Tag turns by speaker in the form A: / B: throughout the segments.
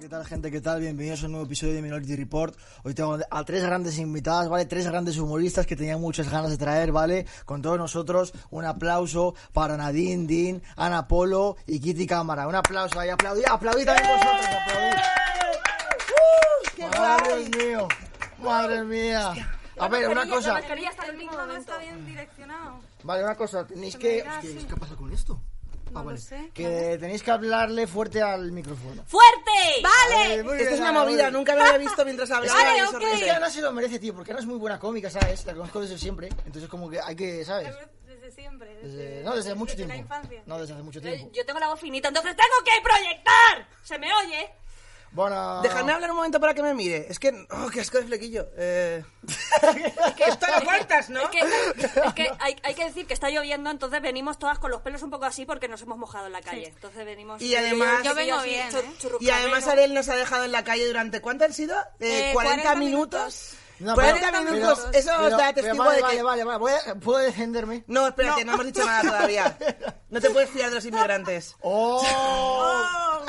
A: ¿Qué tal, gente? ¿Qué tal? Bienvenidos a un nuevo episodio de Minority Report. Hoy tengo a tres grandes invitadas, ¿vale? Tres grandes humoristas que tenían muchas ganas de traer, ¿vale? Con todos nosotros, un aplauso para Nadine, Dean, Ana Polo y Kitty Cámara. Un aplauso ahí, aplaudid, aplaudid también vosotros,
B: ¡Uh!
A: aplaudid. Madre mío, madre mía. A ver, una cosa,
B: mascarilla está el micro no está bien direccionado.
A: vale, una cosa, tenéis que...
B: verá,
A: Hostia,
B: sí.
A: ¿Qué pasa con esto? Ah,
B: No lo sé.
A: Que tenéis que hablarle fuerte al micrófono.
C: ¡Fuerte!
A: Eh, muy
D: Esto
A: bien,
D: es una
A: Ana, muy
D: movida,
A: bien.
D: nunca lo había visto mientras hablaba.
C: Vale,
D: y es
C: ok.
A: Es
D: horrible.
A: que Ana se lo merece, tío, porque Ana es muy buena cómica, ¿sabes? La conozco desde siempre, entonces como que hay que, ¿sabes?
B: Desde siempre.
A: Desde, no, desde mucho tiempo.
B: la infancia.
A: No, desde hace mucho tiempo.
C: Yo tengo la voz finita, entonces tengo que proyectar. ¿Se me oye?
A: Bueno...
D: Déjame hablar un momento para que me mire. Es que. ¡Oh, qué asco de flequillo! Eh... Esto lo cortas, ¿no?
C: Es que, es que hay, hay que decir que está lloviendo, entonces venimos todas con los pelos un poco así porque nos hemos mojado en la calle. Entonces venimos...
D: Y además-
C: yo, yo vengo
B: Yo
C: así,
B: bien,
C: chu-
B: ¿eh?
D: Y
C: churrucamelo.
D: además Ariel nos ha dejado en la calle durante. ¿Cuánto han sido? Eh,
B: Eh,
D: 40,
B: 40
D: minutos.
A: No,
D: 40
A: pero-
D: minutos.
A: pero-
D: Eso os
A: pero-
D: da
A: pero
D: testigo
A: vale,
D: de
A: Vale,
D: que.
A: vale, vale, voy a- ¿Puedo defenderme?
D: No, espérate, no. hemos dicho nada todavía. No te puedes fiar de los inmigrantes.
A: ¡Oh!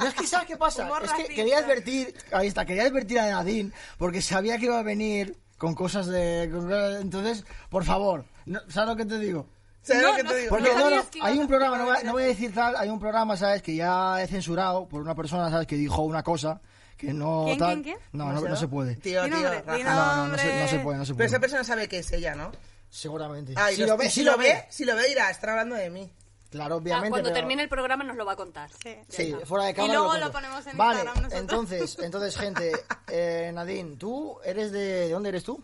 A: No, es que ¿sabes qué pasa?
B: Humor
A: es que
B: racista.
A: quería advertir, ahí está, quería advertir a Nadine, porque sabía que iba a venir con cosas de... con cosas- entonces, por favor, no- ¿sabes lo que te digo?
D: ¿Sabes
B: No,
D: lo que
B: no,
D: te digo?
A: Porque
B: No
A: Pues no, no,
B: sabías que ibas
A: hay
B: a
A: un
B: hacer
A: programa, no voy, a-
B: programa.
A: no voy a decir tal, hay un programa, ¿sabes? Que ya he censurado por una persona, ¿sabes? Que dijo una cosa que no
B: ¿Quién,
A: tal.
B: quién, quién?
A: No, no, no se puede.
D: Tío,
B: Di
D: tío,
B: nombre,
D: raja.
B: di
A: No, no, no se, no se
B: nombre.
A: puede, no se
D: Pero
A: puede.
D: esa persona sabe que es ella, ¿no?
A: Seguramente.
D: Ah, y
A: si
D: los-
A: lo ve,
D: y
A: si lo ve.
D: si lo ve, irá, estar hablando de mí.
A: Claro,
C: Ah,
A: obviamente.
C: Cuando
A: pero-
C: termine el programa nos lo va a contar.
B: Sí.
A: Sí, fuera de cámara.
B: luego
A: cuento.
B: lo ponemos en
A: Vale,
B: Instagram nosotros.
A: entonces, entonces, gente, eh, Nadine, tú eres de... ¿De dónde eres tú?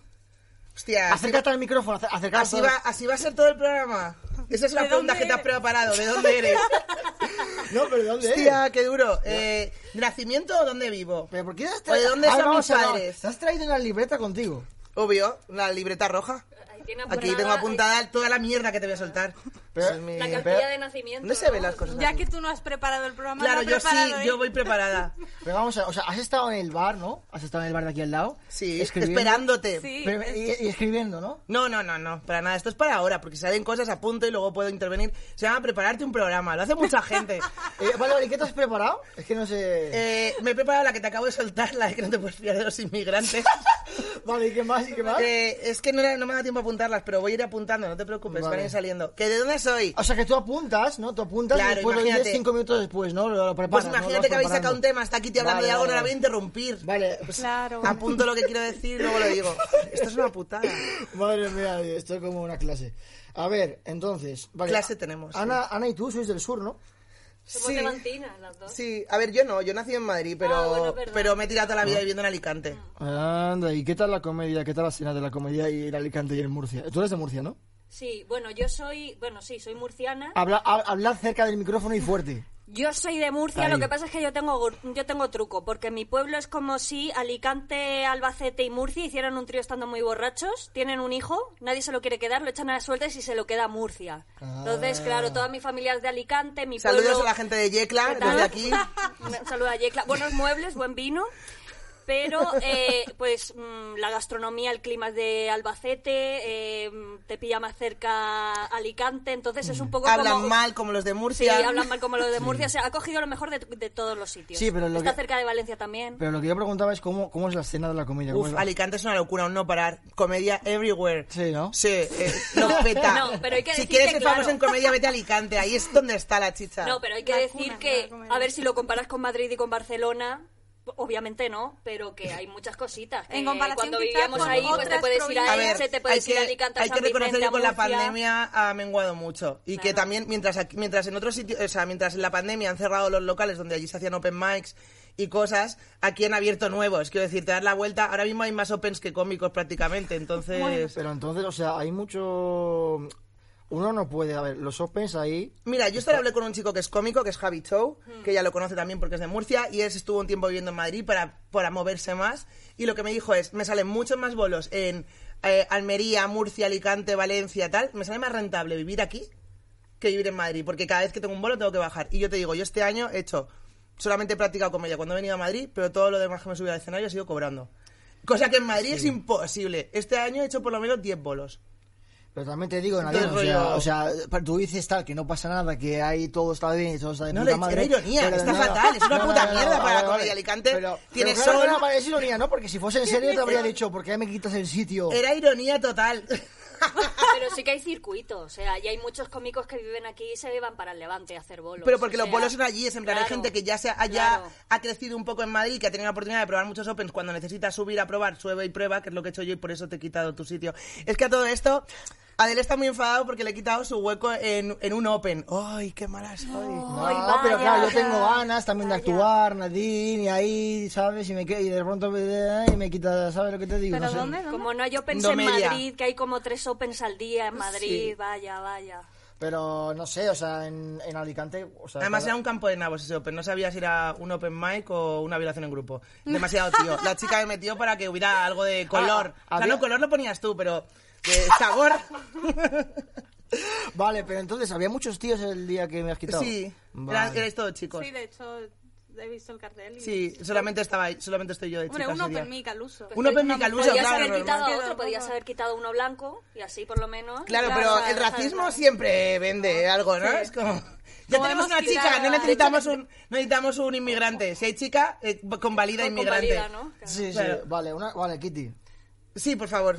D: Hostia, así,
A: Acércate al micrófono, acer- acércate.
D: así va, así va a ser todo el programa. Esa es la
B: ¿De
D: pregunta
B: dónde
D: que te has
B: eres?
D: preparado. ¿De dónde eres?
A: No, pero ¿de dónde eres?
D: Hostia, qué duro. Eh, ¿De nacimiento o dónde vivo?
A: ¿Pero por qué has Ah,
D: ¿O de
A: traído-
D: dónde
A: Ahora
D: son mis
A: vamos a hablar.
D: padres?
A: ¿Te has traído una libreta contigo?
D: Obvio, la libreta roja.
C: Ahí tiene
D: Aquí tengo apuntada toda la mierda que te voy a soltar.
A: Pero- eh,
D: Esa es mi-
C: La
A: Pero-
C: cantidad de nacimiento.
D: No se ven
C: ¿no?
D: las cosas.
B: Ya
D: así.
B: que tú no has preparado el programa,
D: Claro,
B: lo ha
D: yo sí,
B: preparado ¿eh? él.
D: yo voy preparada.
A: Pero vamos a, o sea, has estado en el bar, ¿no? Has estado en el bar de aquí al lado.
D: Sí,
A: escribiendo.
D: esperándote.
B: Sí.
A: Pero- y, y escribiendo, ¿no?
D: No, no, no, no, para nada. Esto es para ahora, porque si salen cosas apunto y luego puedo intervenir. Se llama prepararte un programa, lo hace mucha gente.
A: Eh, vale, vale, ¿y qué te has preparado? Es que no sé.
D: Eh, me he preparado la que te acabo de soltar, la de que no te puedes fiar de los inmigrantes.
A: Vale, ¿y qué más? ¿Y qué más?
D: Eh, es que no, era- no me da tiempo a apuntarlas, pero voy a ir apuntando, no te preocupes,
A: Vale.
D: van a ir saliendo. ¿Que de dónde soy?
A: O sea, que tú apuntas, ¿no? Tú apuntas
D: Claro,
A: y después lo
D: imagínate.
A: dices cinco minutos después, ¿no? Lo, lo
D: Pues
A: preparas. ¿no? Lo
D: imagínate
A: vas
D: que habéis
A: preparando.
D: sacado un tema, está Kitty hablando
A: Vale,
D: de algo, no la
A: vale.
D: voy a interrumpir.
A: Vale, pues-
B: Claro.
D: Apunto lo que quiero decir y luego lo digo. Esto es una putada.
A: Madre mía, tío, esto es como una clase. A ver, entonces. Vale,
D: Clase tenemos,
A: Ana, Ana y tú sois del sur, ¿no?
C: Somos
D: Sí,
C: levantinas las dos.
D: sí, a ver, yo no, yo nací en Madrid, pero,
C: Ah, bueno, Ah. perdón.
D: pero me he tirado toda
A: Ah.
D: la vida viviendo en Alicante.
A: Anda, ¿y qué tal la comedia? ¿Qué tal la escena de la comedia y el Alicante y el Murcia? Tú eres de Murcia, ¿no?
C: Sí, bueno, yo soy... Bueno, sí, soy murciana.
A: Habla, hab- hablad cerca del micrófono y fuerte.
C: Yo soy de Murcia,
A: Ahí.
C: lo que pasa es que yo tengo gur- yo tengo truco, porque mi pueblo es como si Alicante, Albacete y Murcia hicieran un trío estando muy borrachos, tienen un hijo, nadie se lo quiere quedar, lo echan a la suelta y si se lo queda Murcia. Entonces, claro, toda mi familia es de Alicante, mi
D: Ah. Saludos
C: pueblo...
D: a la gente de Yecla,
C: ¿Qué tal?
D: desde aquí.
C: Un saludo a Yecla. Buenos muebles, buen vino. Pero, eh, pues, mm, la gastronomía, el clima es de Albacete, eh, mm, te pilla más cerca Alicante, entonces es un poco
D: Hablan
C: como...
D: mal como los de
C: Sí,
D: Murcia.
C: hablan mal como los de Murcia. O sea, ha cogido lo mejor de, de todos los sitios.
A: Sí, pero lo
C: Está
A: que-
C: cerca de Valencia también.
A: Pero lo que yo preguntaba es cómo, cómo es la escena de la comedia. ¿Cómo es
D: Uf,
A: la-
D: Alicante es una locura, un no parar. Comedia everywhere.
A: Sí, ¿no?
D: Sí, eh, lo peta.
C: No, pero hay que
D: si
C: decir
D: quieres
C: que,
D: ser
C: claro.
D: famoso en comedia, vete a Alicante. Ahí es donde está la chicha.
C: No, pero hay que
B: La
C: decir
B: cuna,
C: que,
B: la comedia.
C: a ver si lo comparas con Madrid y con Barcelona, obviamente no, pero que hay muchas cositas. que
B: En comparación
C: cuando
B: quizá
C: vivíamos
B: con
C: ahí, pues te
B: otras
C: puedes ir
D: a
C: a
D: ver,
C: Elche, te
D: hay
C: puedes ir
D: que,
C: a Alicante, a
D: hay
C: San
D: que reconocer
C: Vicente,
D: que
C: a
D: con la
C: Murcia.
D: pandemia ha menguado mucho y que también mientras aquí- mientras en otros sitios, o sea, mientras en la pandemia han cerrado los locales donde allí se hacían open mics y cosas aquí en abierto nuevos. Quiero decir, te das la vuelta. Ahora mismo hay más opens que cómicos prácticamente, entonces.
A: Pero entonces, o sea, hay mucho... Uno no puede, a ver, los opens ahí...
D: Mira, yo esto lo hablé con un chico que es cómico, que es Javi Chow, que ya lo conoce también porque es de Murcia, y él estuvo un tiempo viviendo en Madrid para, para moverse más. Y lo que me dijo es, me salen muchos más bolos en eh, Almería, Murcia, Alicante, Valencia, tal. Me sale más rentable vivir aquí que vivir en Madrid, porque cada vez que tengo un bolo tengo que bajar. Y yo te digo, yo este año he hecho, solamente he practicado comedia cuando he venido a Madrid, pero todo lo demás que me he subido al escenario he sido cobrando. Cosa que en Madrid es imposible. Este año he hecho por lo menos 10 bolos.
A: Pero también te digo,
D: Entonces,
A: Nadia, o, sea,
D: rollo-
A: o sea, pa- tú dices tal, que no pasa nada, que ahí todo está bien y todo está de
D: No,
A: puta
D: le-
A: madre.
D: era ironía,
A: pero
D: está fatal, es una puta mierda para la
A: vale,
D: comedia
A: vale.
D: Alicante,
A: Pero,
D: tiene
A: pero claro que
D: sol.
A: no, vale, es ironía, ¿no? Porque si fuese en serio te habría dicho, ¿por qué me quitas el sitio?
D: Era ironía total.
C: Pero sí que hay circuitos, o sea, y hay muchos cómicos que viven aquí y se van para el Levante a hacer bolos.
D: Pero porque
C: o
D: los
C: sea,
D: bolos son allí, es en plan, hay
C: claro,
D: gente que ya, se ha, ya
C: claro.
D: ha crecido un poco en Madrid, que ha tenido la oportunidad de probar muchos opens, cuando necesitas subir a probar, sube y prueba, que es lo que he hecho yo y por eso te he quitado tu sitio. Es que a todo esto, Adel está muy enfadado porque le he quitado su hueco en, en un open. Oh, ¡Ay, qué mala soy!
A: No,
C: Ay, vaya,
A: pero claro, yo
C: vaya.
A: tengo ganas también de actuar, Nadine, y ahí, ¿sabes? Y, me, que- y de pronto me, y me quita, ¿sabes lo que te digo?
B: ¿Pero
A: No sé.
B: dónde? dónde?
C: Como no, yo pensé en
D: Domedia.
C: Madrid, que hay como tres opens al día en Madrid,
D: Sí.
C: vaya, vaya.
A: Pero no sé, o sea, en, en Alicante. O sea,
D: Además
A: cada-
D: era un campo de nabos ese open, no sabía si era un open mic o una violación en grupo. Demasiado tío. La chica me metió para que hubiera algo de color.
A: Ah,
D: o sea,
A: había-
D: no, color lo ponías tú, pero de sabor.
A: Vale, pero entonces había muchos tíos el día que me has quitado.
D: sí,
A: Vale.
D: eran- erais todos chicos.
B: Sí, de hecho, he visto el cartel. Y...
D: Sí, solamente estaba ahí, solamente estoy yo de
B: Hombre,
D: chicas.
B: un
D: ese día.
B: open mic al uso.
D: Un open mic al uso,
C: Podías
D: claro.
C: haber
D: normal.
C: quitado a
B: normal.
C: otro, podías haber quitado uno blanco y así por lo menos.
D: Claro,
C: Ya,
D: pero
C: o sea,
D: el
C: o sea,
D: racismo siempre vende algo, ¿no? Es como... Ya
B: Como
D: tenemos
B: hemos
D: una chica,
B: tirado
D: no
B: a-
D: necesitamos un, no necesitamos un inmigrante. Si hay chica, eh, convalida
C: con
D: inmigrante.
C: valida, ¿no? Claro.
A: Sí, sí,
D: Claro.
A: vale, una, vale, Kitty.
D: Sí, por favor.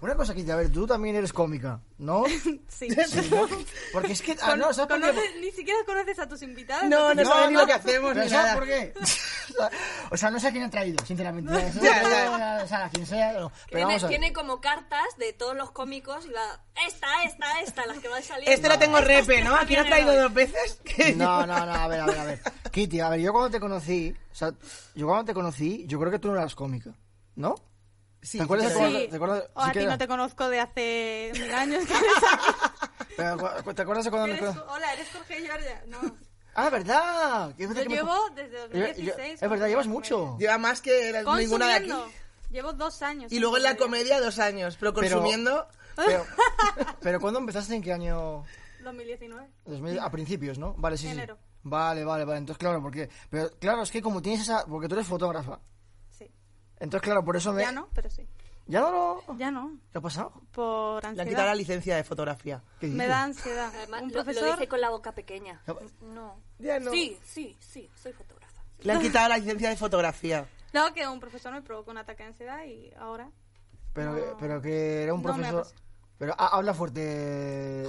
A: una cosa, Kitty, a ver, tú también eres cómica, ¿no?
B: Sí.
A: Porque es que. Ah, no, ¿sabes por qué?
B: Conoces- Ni siquiera conoces a tus invitados.
D: No, no,
A: No,
D: saben ni
A: no.
D: lo que hacemos
A: Pero
D: ni
A: ¿sabes
D: nada.
A: por qué? o sea, no sé a quién han traído, sinceramente.
D: Ya, ya.
A: O sea, a quien sea. no. Pero
C: Tiene,
A: vamos a ver.
C: tiene como cartas de todos los cómicos y va, esta, esta, esta, las que van saliendo.
D: Este lo tengo
C: Estas
D: repe,
C: tres
D: ¿no? Aquí lo he
C: salieron
D: traído
C: hoy.
D: dos veces. que-
A: No, no, no, a ver, a ver, a ver. Kitty, a ver, yo cuando te conocí, o sea, yo cuando te conocí, yo creo que tú no eras cómica, ¿no?
D: Sí,
A: ¿Te acuerdas de
D: sí, sí.
A: cuando- ¿te acuerdas-
B: O Oh, a
A: sí que
B: ti
A: era?
B: no te conozco de hace mil años. que eres aquí.
A: Pero, ¿cu- ¿Te acuerdas de cuando me
B: Eres-
A: cono-
B: Hola, eres Jorge Giorgia. No.
A: Ah, ¿verdad? Que-
B: Yo
A: que me-
B: llevo desde
A: Yo- yo-
B: 2016.
A: Es verdad, llevas mucho.
D: Lleva más que era ninguna de aquí.
B: Consumiendo. Llevo dos años.
D: Y luego en la
B: comedia.
D: comedia dos años, pero
A: Pero-
D: consumiendo...
A: Pero, pero ¿cuándo empezaste? ¿En qué año?
B: 2019.
A: 2000, a principios, ¿no? Vale, sí, sí.
B: Enero.
A: Vale, vale, vale. Entonces, claro, porque... Pero, claro, es que como tienes esa... Porque tú eres fotógrafa.
B: Sí.
A: Entonces, claro, por eso me...
B: Ya no, pero sí.
A: ¿Ya no lo...?
B: Ya no.
A: ¿Qué ha pasado?
B: Por
D: Le han quitado la
B: ansiedad.
D: licencia de fotografía.
A: ¿Qué
B: Me
A: dices?
B: da ansiedad.
C: Además,
B: Un
C: lo-
B: profesor.
C: lo dice con la boca pequeña.
A: No,
C: No.
D: Ya no.
C: Sí, sí, sí, soy fotógrafa.
D: Le han quitado la licencia de fotografía.
B: No, que un profesor me provocó un ataque de ansiedad y ahora.
A: Pero, que- pero que era un
B: No me ha
A: profesor...
B: pasado.
A: pero ah, habla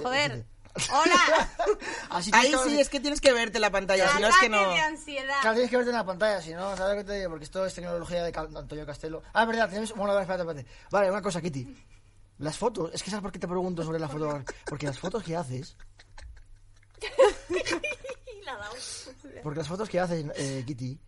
A: fuerte.
B: Joder.
A: Kitty.
B: ¡Hola!
A: Así
D: Ahí
A: tienes que-
D: sí es que tienes que verte la pantalla, si no es
B: Ataque
D: que no...
B: de ansiedad.
A: Claro, tienes que verte en la pantalla, si no, ¿sabes lo que te digo? Porque esto es tecnología de Cal- Antonio Castelo. Ah, es verdad, tenemos... Bueno, a ver, espérate, espérate. Vale, una cosa, Kitty. Las fotos, es que sabes por qué te pregunto sobre las fotos. Porque las fotos que haces,
C: Y la ha dado.
A: porque las fotos que haces, eh, Kitty,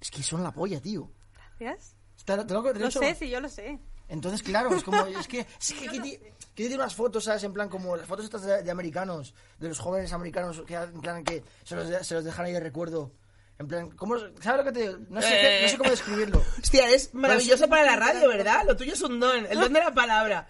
A: es que son la polla, tío.
B: Gracias.
A: Te lo- te lo- te lo he
B: Lo
A: hecho-
B: sé, sí, yo lo sé.
A: Entonces, claro, es como, es que, es que Kitty, Kitty tiene unas fotos, ¿sabes? En plan, como las fotos estas de, de americanos, de los jóvenes americanos, que en plan que se los, de- se los dejan ahí de recuerdo. En plan, ¿cómo, los- ¿sabes lo que te digo? No sé, qué- no sé cómo describirlo.
D: Hostia,
A: Pues
D: es maravilloso para la radio, ¿verdad? Lo tuyo es un don, el don de la palabra.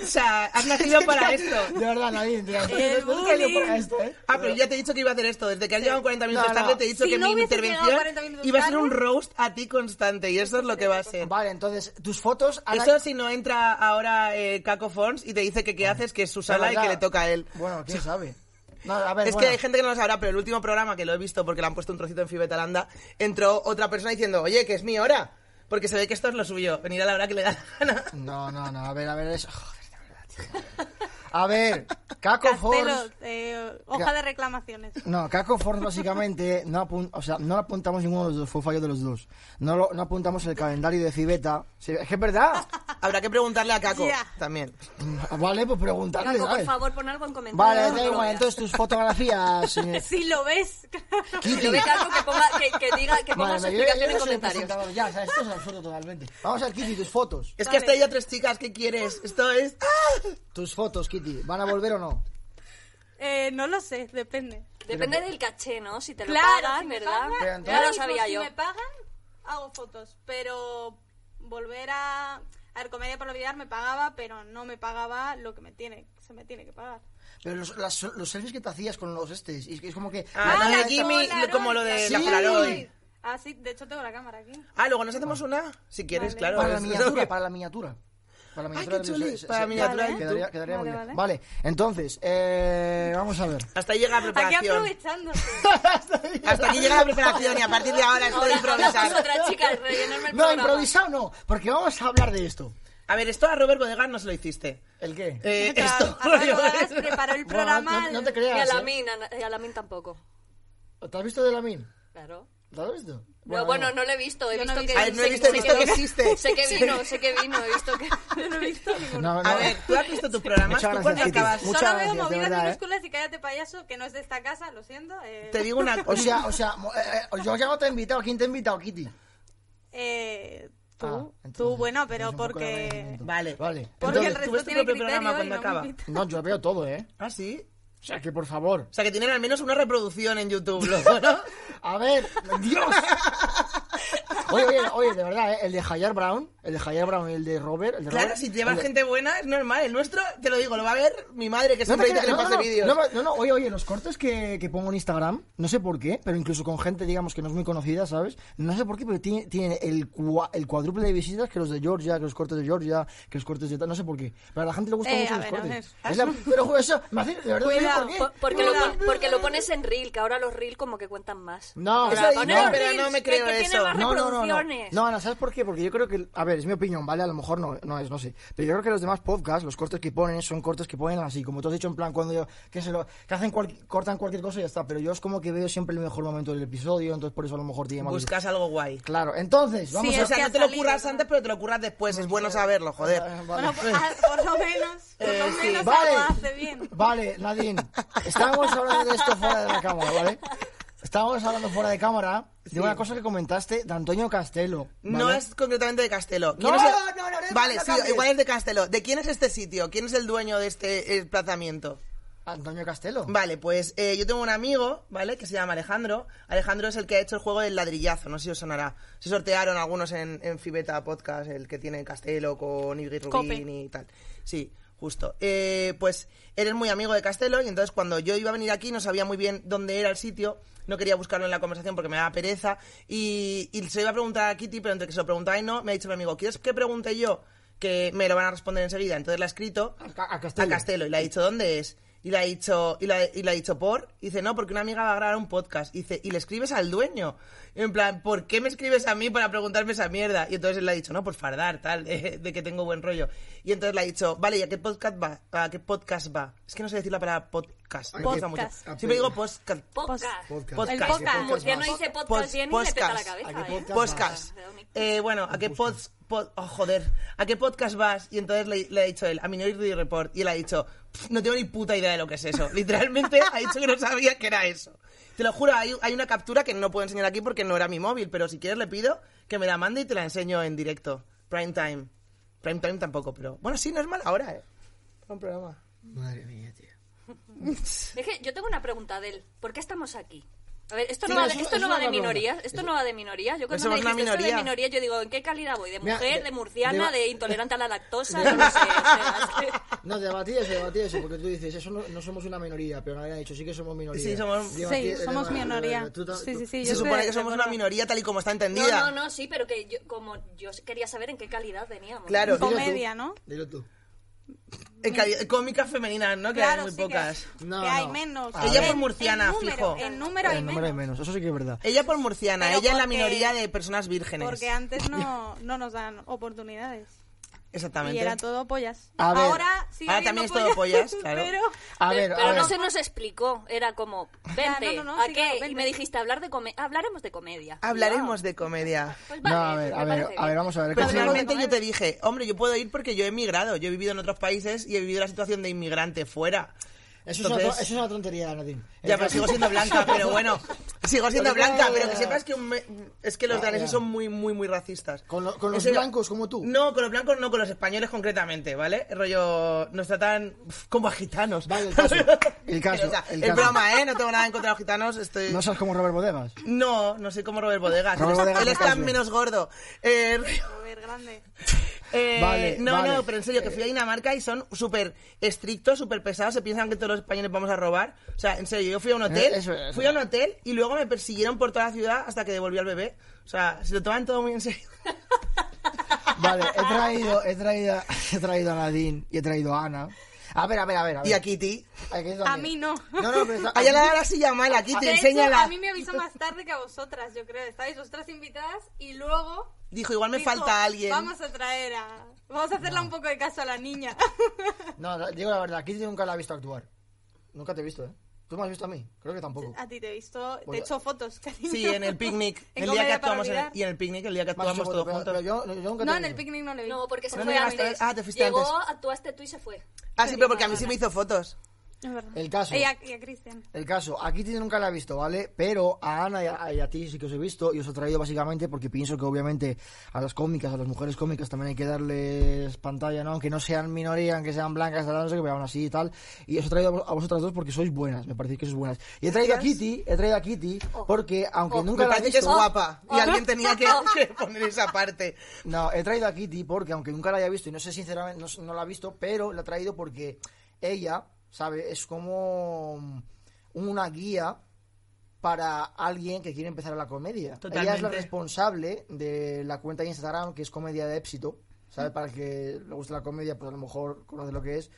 D: O sea, has nacido para esto.
A: De verdad, nadie, te la-
D: Eh,
B: El
A: no te la digo
B: bullying.
A: para esto, ¿eh?
D: Ah, pero ya te he dicho que iba a hacer esto. Desde que han llegado 40 minutos
A: No, no.
D: tarde, te he dicho
B: Si
D: que
B: no
D: mi
B: hubiese llegado
D: intervención
B: 40 minutos
D: iba a ser un
B: tarde-
D: roast a ti constante. Y eso es lo que va a ser.
A: Vale, entonces, tus fotos... ahora-
D: Eso si no entra ahora eh, Caco Fons y te dice que qué
A: Ah.
D: haces, que es su
A: de
D: sala y
A: verdad.
D: que le toca a él.
A: Bueno, quién sabe. No, a ver,
D: es
A: Pues bueno.
D: que hay gente que no lo sabrá, pero el último programa que lo he visto porque le han puesto un trocito en Fibetalanda, entró otra persona diciendo, oye, que es mi hora. Porque se ve que esto es lo suyo, venir a la hora que le da la gana.
A: No, no, no, a ver, a ver, eso... Joder, de verdad, tío. A ver, Caco Force...
B: Castelo, eh, hoja de reclamaciones.
A: No, Caco Force básicamente no, apun- o sea, no lo apuntamos ninguno de los dos, fue fallo de los dos. No, lo- no apuntamos el calendario de Fibeta. Sí, es que es verdad.
D: Habrá que preguntarle a Caco
B: Ya.
D: también.
A: Vale, pues preguntarle,
C: Caco, por
A: ¿sabes?
C: favor, pon algo en comentarios.
A: Vale, da
C: No lo
A: igual,
C: veas.
A: entonces tus fotografías. eh,
B: Si lo ves.
C: Que lo vea algo que ponga, que, que diga, que ponga
A: Madre
C: su
A: mía, yo- yo no
C: explicación en
A: soy el
C: comentarios.
A: presentador, Ya, o sea, esto es absurdo totalmente. Vamos a ver, Kitty, tus fotos.
D: Es que hasta hay tres chicas, ¿qué quieres? Esto es... ¡Ah!
A: Tus fotos, Kitty. ¿Van a volver o no?
B: Eh, no lo sé, depende.
C: Depende del caché, ¿no? Si te lo
B: si
C: pagan,
B: me
C: ¿verdad?
B: pagan,
A: Pero entonces-
C: ya lo
B: mismo,
C: sabía yo.
B: Si me pagan, hago fotos. Pero volver a. A ver, Comedia para Olvidar me pagaba, pero no me pagaba lo que me tiene, se me tiene que pagar.
A: Pero los, las- los selfies que te hacías con los estes, y es que es como que... la
D: Ah, dale
A: cara
D: aquí
A: está-
D: Jimmy, como lo de
A: la
B: Sí.
D: Polaroid.
B: Ah, sí, de hecho tengo la cámara aquí.
D: Ah, luego nos hacemos una, si quieres, claro.
A: Para la
D: es-
A: miniatura, para la miniatura. Para la miniatura.
D: qué
A: de-
D: chuli, para la miniatura ¿eh? de
A: Quedaría,
D: YouTube.
A: quedaría muy
B: Vale,
A: bien. Vale.
B: vale.
A: entonces, eh, vamos a ver.
D: Hasta ahí llega la
B: Aquí
D: preparación.
B: aprovechándose.
D: Hasta aquí llega la preparación y a partir de ahora estoy
C: Ahora hablamos
D: improvisando.
C: otra chica, rellenarme el
A: No,
C: programa.
A: improvisado no, porque vamos a hablar de esto.
D: A ver, esto a Robert Bodegar no se lo hiciste.
A: ¿El qué?
D: Eh,
B: Claro,
D: esto.
B: a Pablo Vargas preparó el
A: Bueno, no-
B: programa.
A: no, no te
C: Y a
A: creas.
C: la
A: ¿eh?
C: min, a- y a la min tampoco.
A: ¿Te has visto de la min?
C: Claro.
A: ¿Te has visto?
C: Bueno, bueno, no lo he visto. He
B: Yo
C: visto
B: no he
C: que.
B: visto.
D: A ver, no he
C: sé-
D: visto, he
C: sé
D: visto que
C: vino.
D: existe.
C: Sé que vino, sé que vino, he visto que.
B: no he visto ninguno.
A: No, no.
D: A ver, tú has visto tus programas,
A: Muchas
D: tú cuando
A: gracias, Kitty.
D: acabas...
A: Muchas
B: Solo
A: gracias,
B: veo
A: de
B: movidas
A: verdad, ¿eh?
B: minúsculas y cállate payaso, que no es de esta casa, lo siento. eh,
D: Te digo una
A: O
D: cosa.
A: sea, o sea, mo- eh, eh, yo ya no te he invitado. ¿Quién te ha invitado, Kitty?
B: eh, tú,
A: Ah,
B: tú,
A: entonces,
B: bueno,
A: es
B: pero
A: un poco de
B: porque...
A: agradecimiento.
D: Vale.
A: Vale.
B: Porque
D: Entonces,
B: el
D: ¿tú
B: resto
D: ves tu
B: tiene
D: propio programa
B: criterio y
D: cuando
B: no me
D: acaba?
B: invita.
A: No, yo veo todo, ¿eh?
D: ¿Ah, sí?
A: O sea, que por favor.
D: O sea, que tienen al menos una reproducción en YouTube, luego, ¿no?
A: A ver, Dios. Oye, oye, oye, de verdad, ¿eh? el de Javier Brown, el de Javier Brown y el de Robert, el de
D: Claro,
A: Robert,
D: si llevas
A: el de-
D: gente buena, es normal. El nuestro, te lo digo, lo va a ver mi madre, que
A: No,
D: siempre
A: te
D: dice que le
A: creas,
D: pase vídeos.
A: no, no, no, oye, oye, los cortes que, que pongo en Instagram, no sé por qué, pero incluso con gente, digamos, que no es muy conocida, ¿sabes? No sé por qué, pero tiene, tiene el, cua- el cuádruple de visitas que los de Georgia, que los cortes de Georgia, que los cortes de tal, no sé por qué. Pero a la gente le gusta
B: Eh,
A: mucho
B: a
A: los
B: ver, a
A: cortes. Es la- pero eso, me hace- de verdad, no sé
B: Cuidado,
A: por qué.
C: Po- Porque lo, pon- porque lo pones en reel, que ahora los reel como que cuentan más.
A: No,
D: Eso
A: no,
D: digo,
A: no.
D: pero no me creo
C: que tiene
D: eso.
C: más
A: No, no, no, no.
C: reproducciones.
A: No, Ana, ¿sabes por qué? Porque yo creo que, a ver, es mi opinión, ¿vale? A lo mejor no, no es, no sé. Pero yo creo que los demás podcasts, los cortes que ponen, son cortes que ponen así, como tú has dicho, en plan, cuando yo, que se lo, que hacen cual- cortan cualquier cosa y ya está. Pero yo es como que veo siempre el mejor momento del episodio, entonces por eso a lo mejor tiene más.
D: Buscas algo guay.
A: Claro, entonces, vamos
B: Sí,
A: a.
D: O sea,
B: que
D: no
B: ha
D: te lo
B: salido,
D: curras
B: ¿no?
D: antes, pero te lo curras después. Es bueno saberlo, joder.
A: Vale.
B: Bueno, pues, ah, por lo menos, por lo
D: Eh, sí.
B: menos
A: Vale.
B: algo hace bien.
A: Vale, Nadine, estábamos hablando de esto fuera de la cámara, ¿vale? Estábamos hablando fuera de cámara de una cosa que comentaste de Antonio Castelo. ¿vale?
D: No es concretamente de Castelo.
A: No,
D: ¿Quién es el-
A: no, no, no, no,
D: Vale,
A: no
D: sí,
A: cambies.
D: igual es de Castelo. ¿De quién es este sitio? ¿Quién es el dueño de este eh, emplazamiento?
A: Antonio Castelo.
D: Vale, pues eh, yo tengo un amigo, ¿vale? Que se llama Alejandro. Alejandro es el que ha hecho el juego del ladrillazo, no sé si os sonará. Se sortearon algunos en, en Fibeta Podcast, el que tiene Castelo con Iggy Rubín
B: Cope.
D: y tal. Sí, justo. Eh, pues él es muy amigo de Castelo y entonces cuando yo iba a venir aquí no sabía muy bien dónde era el sitio. No quería buscarlo en la conversación porque me daba pereza. Y, y se lo iba a preguntar a Kitty, pero entre que se lo preguntaba y no, me ha dicho mi amigo, ¿quieres que pregunte yo? Que me lo van a responder enseguida. Entonces la ha escrito
A: A Ca- a Castelo.
D: a Castelo. Y le ha dicho, ¿dónde es? Y le ha dicho, y le ha- y le ha dicho, ¿por? Y dice, no, porque una amiga va a grabar un podcast. Y dice, y le escribes al dueño. Y en plan, ¿por qué me escribes a mí para preguntarme esa mierda? Y entonces él le ha dicho, no, por fardar, tal, de, de que tengo buen rollo. Y entonces le ha dicho, vale, ¿y a qué podcast va? ¿A qué podcast va? Es que no sé decir la palabra podcast. Me cuesta mucho.
B: Podcast.
D: Siempre digo podcast.
A: Pues,
C: Podcast.
D: Podcast.
B: El
D: ¿Qué
C: Podcast.
B: podcast.
C: Murciano dice podcast
D: Podcast.
C: bien y me peta la
D: Podcast.
C: cabeza.
A: ¿A qué
C: ¿eh?
A: podcast?
D: Podcast. Eh, bueno, ¿a qué pod, pod- oh, joder, ¿a qué podcast vas? Y entonces le, le ha dicho él, a Minority Report. Y él ha dicho, "Pff, no tengo ni puta idea de lo que es eso. Literalmente ha dicho que no sabía que era eso. Te lo juro, hay, hay una captura que no puedo enseñar aquí porque no era mi móvil, pero si quieres le pido que me la mande y te la enseño en directo. Prime time. Prime time tampoco, pero... Bueno, sí, no es mal ahora, ¿eh? Era Un programa.
A: Madre mía, tío.
C: Es que yo tengo una pregunta de él. ¿Por qué estamos aquí? A ver, esto
A: Sí,
C: no va,
A: es
C: de-
A: una-
C: esto
A: es
C: no
A: una
C: va de
A: buena
C: minorías.
A: pregunta.
C: Esto no va de minorías. Yo cuando me
D: somos una
C: dijiste esto de
D: minoría.
C: minoría, yo digo, ¿en qué calidad voy? ¿De
A: Mira,
C: mujer,
A: de-
C: de, murciana,
A: de-
C: de, intolerante a la lactosa? Yo no sé. o sea, es que-
A: No, debatí eso, debatí eso, porque tú dices, eso no, no somos una minoría, pero nadie ha dicho, sí que somos minoría.
D: Sí, somos-
A: Debatí-
B: Sí,
A: eh,
B: somos
A: debatí-
B: minoría.
A: eh, tú ta-
B: Sí,
A: tú-
B: sí, sí.
D: Se
B: yo
D: supone
B: estoy
D: que
B: de
D: somos una
B: acuerdo.
D: minoría tal y como está
C: No,
D: entendida.
C: no, no, sí, pero que yo, como yo quería saber en qué calidad veníamos.
D: Claro.
A: Dilo tú,
B: Comedia, ¿no?
A: Dilo tú.
D: En cali- Cómicas femeninas, ¿no? Que hay
B: Claro,
D: muy
B: sí que-
D: pocas. Ah,
B: que,
A: No,
B: hay
A: no.
B: menos.
A: A
D: Ella
A: ver.
D: por murciana,
B: en número,
D: fijo.
B: En número hay
A: El número hay
B: menos.
A: menos, eso sí que es verdad.
D: Ella por murciana,
B: Pero
D: ella es la
B: porque-
D: minoría de personas vírgenes.
B: Porque antes no, no nos dan oportunidades. Y
D: Exactamente.
B: era todo pollas.
A: A ver.
B: Ahora sí.
D: Ahora también es todo pollas, claro.
B: Pero
A: A
C: Pero-
A: ver,
C: pero
A: a ver.
C: no se nos explicó. Era como,
B: Ya,
C: vente,
B: no, no, no,
C: ¿a
B: sí,
C: qué?
B: claro,
C: y
B: vente.
C: me dijiste, hablar de come- hablaremos de comedia.
D: Hablaremos
C: Wow.
D: de comedia.
C: Pues
A: No,
C: vale,
A: a ver, a
C: me
A: ver,
C: parece
A: a ver,
C: bien.
A: vamos a ver.
B: Pero
A: Castelo-
B: realmente-
D: Personalmente yo te dije, hombre, yo puedo ir porque yo he emigrado, yo he vivido en otros países y he vivido la situación de inmigrante fuera.
A: Eso, es, una,
D: Entonces-
A: tro- eso es una tontería, Nadine.
D: Ya,
A: Eh,
D: pero sigo siendo blanca, pero bueno. Sigo siendo blanca, pero que sepas que, un me- es que los
A: Ya,
D: daneses
A: Ah, ya.
D: son muy, muy, muy racistas.
A: Con lo- con los
D: Ese-
A: blancos como tú.
D: No, con los blancos no, con los españoles concretamente, ¿vale? Rollo, nos tratan uf, como a gitanos.
A: Vale, el caso, el caso,
D: Pero, o sea,
A: el
D: es
A: caso.
D: broma, ¿eh? No tengo nada en contra de los gitanos, estoy...
A: No seas como Robert Bodegas.
D: No, no soy como Robert Bodegas.
A: Robert
D: él es-
A: Bodegas
D: él
A: no
D: está
A: estás bien.
D: menos gordo. Eh,
B: Joder, grande.
D: eh,
A: Vale,
D: no,
A: vale.
D: no, pero en serio, que fui a Dinamarca y son súper estrictos, súper pesados. Se piensan que todos los españoles vamos a robar. O sea, en serio, yo fui a un hotel,
A: Eh, eso, eso.
D: fui a un hotel y luego me persiguieron por toda la ciudad hasta que devolví al bebé. O sea, se lo toman todo muy en serio.
A: Vale, he traído, he traído, he traído a Nadine y he traído a Ana. A ver, a ver, a ver. A, ver.
D: Y a Kitty.
A: Aquí también.
B: A mí no.
A: No, no, pero está-
D: Allá la da la silla mala, Kitty,
B: De hecho,
D: enséñala.
B: a mí me avisó más tarde que a vosotras, yo creo. Estáis vosotras invitadas y luego...
D: Dijo, igual me
B: dijo,
D: falta alguien.
B: Vamos a traer a... Vamos a hacerle un poco de caso a la niña.
A: No, no, digo la verdad, Kitty nunca la he visto actuar. Nunca te he visto, ¿eh? ¿Tú me has visto a mí? Creo que tampoco.
B: a ti te he visto... Te he
A: Bueno.
B: hecho fotos, cariño.
D: Sí, en el picnic.
B: En
D: el día que
B: Comedia para
D: actuamos en el-
B: Olvidar.
D: y en el picnic, el día que
A: Me has
D: actuamos
A: hecho foto,
D: todos
A: pero-
D: juntos.
A: pero yo, yo nunca te
B: No,
A: he
B: en el
A: visto.
B: picnic no le vi.
C: No, porque se
D: ¿No
C: fue
D: llegaste?
C: antes.
D: Ah, te fuiste
C: Llegó,
D: antes.
C: actuaste tú y se fue.
D: Ah, sí, pero porque a mí sí me hizo fotos.
B: Es verdad.
A: El caso.
B: Y a, y a Cristian.
A: El caso, a Kitty nunca la he visto, ¿vale? Pero a Ana y a, y a ti sí que os he visto y os he traído básicamente porque pienso que obviamente a las cómicas, a las mujeres cómicas también hay que darles pantalla, ¿no? Aunque no sean minoría, aunque sean blancas, tal, no sé qué, pero aún así y tal. Y os he traído a vos- a vosotras dos porque sois buenas, me parece que sois buenas. Y he traído a
D: Gracias.
A: Kitty, he traído a Kitty porque aunque
C: Oh,
A: nunca
D: Me
A: la he
D: parece que es
A: visto...
D: guapa. Y
C: Oh.
D: alguien tenía que,
C: Oh.
D: que poner esa parte.
A: No, he traído a Kitty porque, aunque nunca la haya visto, y no sé sinceramente, no, no la ha visto, pero la he traído porque ella, ¿sabe? Es como una guía para alguien que quiere empezar la comedia. Ella es la
D: Totalmente.
A: responsable de la cuenta de Instagram, que es Comedia de Éxito, ¿sabe? Para el que le guste la comedia, pues a lo mejor conoce lo que es.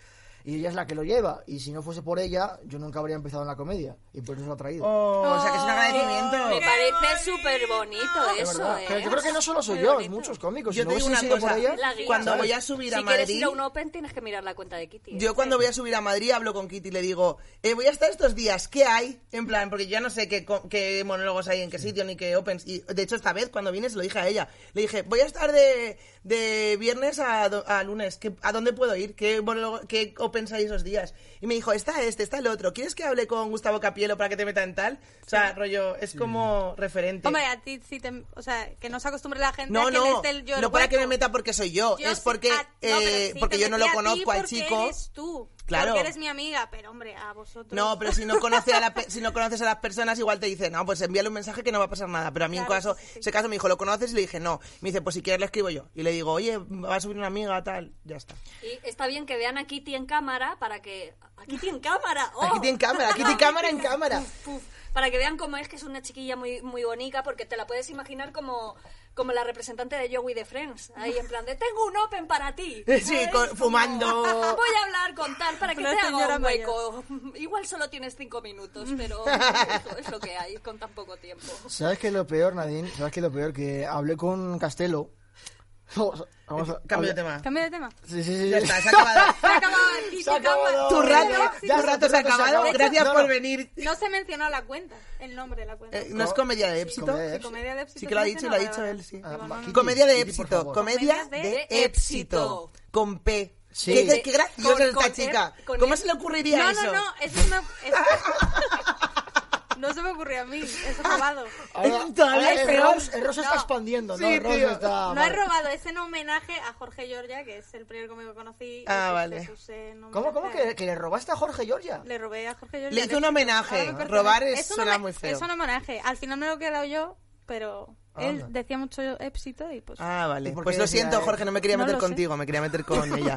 A: Y ella es la que lo lleva. Y si no fuese por ella, yo nunca habría empezado en la comedia. Y por eso la ha traído.
D: Oh, o sea, que es un
C: Me
D: agradecimiento.
C: parece súper bonito
A: Es
C: eso,
A: verdad.
C: ¿eh?
A: Pero yo creo que no solo soy
C: Muy
A: yo, es
C: bonito.
A: muchos cómicos.
D: Yo
A: si no
D: te digo
A: hubiese
D: una
A: sido por
D: cosa,
A: ella,
C: La guía.
D: Cuando voy a subir a
C: Si quieres
D: Madrid-
C: ir a un open, tienes que mirar la cuenta de Kitty. ¿eh?
D: Yo cuando voy a subir a Madrid hablo con Kitty y le digo, eh, voy a estar estos días, ¿qué hay? En plan, porque yo ya no sé qué, co- qué monólogos hay en qué sitio ni qué opens. Y de hecho esta vez cuando vine se lo dije a ella. Le dije, voy a estar de, de viernes a, do- a lunes, ¿Qué- ¿a dónde puedo ir? ¿Qué, monólogo- ¿Qué opens hay esos días? Y me dijo, está este, está el otro. ¿Quieres que hable con Gustavo Capielo para que te meta en tal? O sea, rollo, es como referente.
B: Hombre, a ti sí te... O sea, que no se acostumbre la gente a
D: No,
B: que le
D: no,
B: esté el yo el
D: no para que me
B: hueco.
D: meta porque soy yo,
B: Yo
D: es
B: sí-
D: porque,
B: ah, no, pero
D: eh,
B: sí,
D: porque
B: te
D: yo no lo
B: metí a ti
D: conozco al
B: porque
D: chico.
B: Eres tú.
D: Claro.
B: Porque eres mi amiga, pero hombre, a vosotros.
D: No, pero si no, conoce a la pe- si no conoces a las personas, igual te dice, no, pues envíale un mensaje que no va a pasar nada. Pero a mí,
B: Claro,
D: en caso,
B: sí, sí.
D: ese caso me dijo, ¿lo conoces? Y le dije, no. Me dice, pues si quieres le escribo yo. Y le digo, oye, va a subir una amiga, tal. Ya está.
C: Y está bien que vean a Kitty en cámara para que... ¡A Kitty en cámara! ¡Oh!
D: Aquí tiene cámara, aquí tiene cámara en cámara.
C: Puf, para que vean cómo es que es una chiquilla muy, muy bonita, porque te la puedes imaginar como, como la representante de Joey de Friends. Ahí en plan de, tengo un open para ti.
D: Sí,
C: ¿sabes?
D: con-
C: Como,
D: fumando.
C: Voy a hablar con tal para que
B: Una
C: te haga
B: señora
C: un hueco. Igual solo tienes cinco minutos, pero eso es lo que hay con tan poco tiempo.
A: ¿Sabes qué es lo peor, Nadine? ¿Sabes qué es lo peor? Que hablé con Castelo. Vamos a- vamos a-
D: Eh, Cambio de
A: habla-
D: tema.
B: Cambia de tema. Ah,
A: Sí, sí, sí.
D: Ya está, se ha acabado.
B: Se ha acabado el Kitty
A: Se ha acabado.
B: Cámara.
D: Tu rato,
B: Era éxito.
D: ya tu rato se ha acabado. Gracias
A: No, no.
D: por venir.
B: No se mencionó la cuenta, el nombre de la cuenta.
D: Eh, ¿No es comedia de éxito?
A: Comedia de
B: Sí, comedia de éxito.
D: Sí que lo ha
B: se
D: dicho, lo ha
B: mencionó,
D: dicho
B: vale,
D: él,
B: vale.
D: sí.
A: Ah,
B: Digo, no, no.
A: Kitty,
D: Comedia de
A: Kitty, por
D: éxito,
A: favor.
D: comedia
B: Comedias
D: de
B: de
D: éxito.
C: éxito.
D: Con P.
A: Sí.
D: Qué, qué
C: Con-
D: graciosa
C: con-
D: esta
C: con-
D: chica.
C: con-
D: ¿Cómo se le ocurriría
B: E, No,
D: eso?
B: no, no, eso es una... es- No se me ocurrió a mí, es robado.
A: Ahora-
D: Todavía
A: ahora
D: es
A: el
D: peor.
A: Ross- el Ross está
B: No.
A: expandiendo, ¿no?
D: Sí,
A: El Ross
D: tío.
A: está-
B: No
A: vale.
B: he robado, es en homenaje a Jorge Giorgia, que es el primer cómico que conocí.
D: Ah,
B: Le
D: vale.
B: puse en homenaje
A: ¿Cómo, cómo
B: a-
A: que, que le robaste a Jorge Giorgia?
B: Le robé a Jorge Giorgia.
D: Le hice un
B: de-
D: homenaje.
B: Ahora me pertenece.
D: Robar es-
B: un
D: suena
B: home-
D: muy feo.
B: Es un homenaje. Al final me lo he quedado yo, pero él
A: Anda.
B: decía mucho éxito y pues...
D: Ah,
A: ¿Y
D: vale.
A: por
D: Pues
A: qué
D: lo
A: decía
D: siento,
A: él?
D: Jorge, no me quería
B: No
D: meter
B: lo sé.
D: contigo, me quería meter con ella.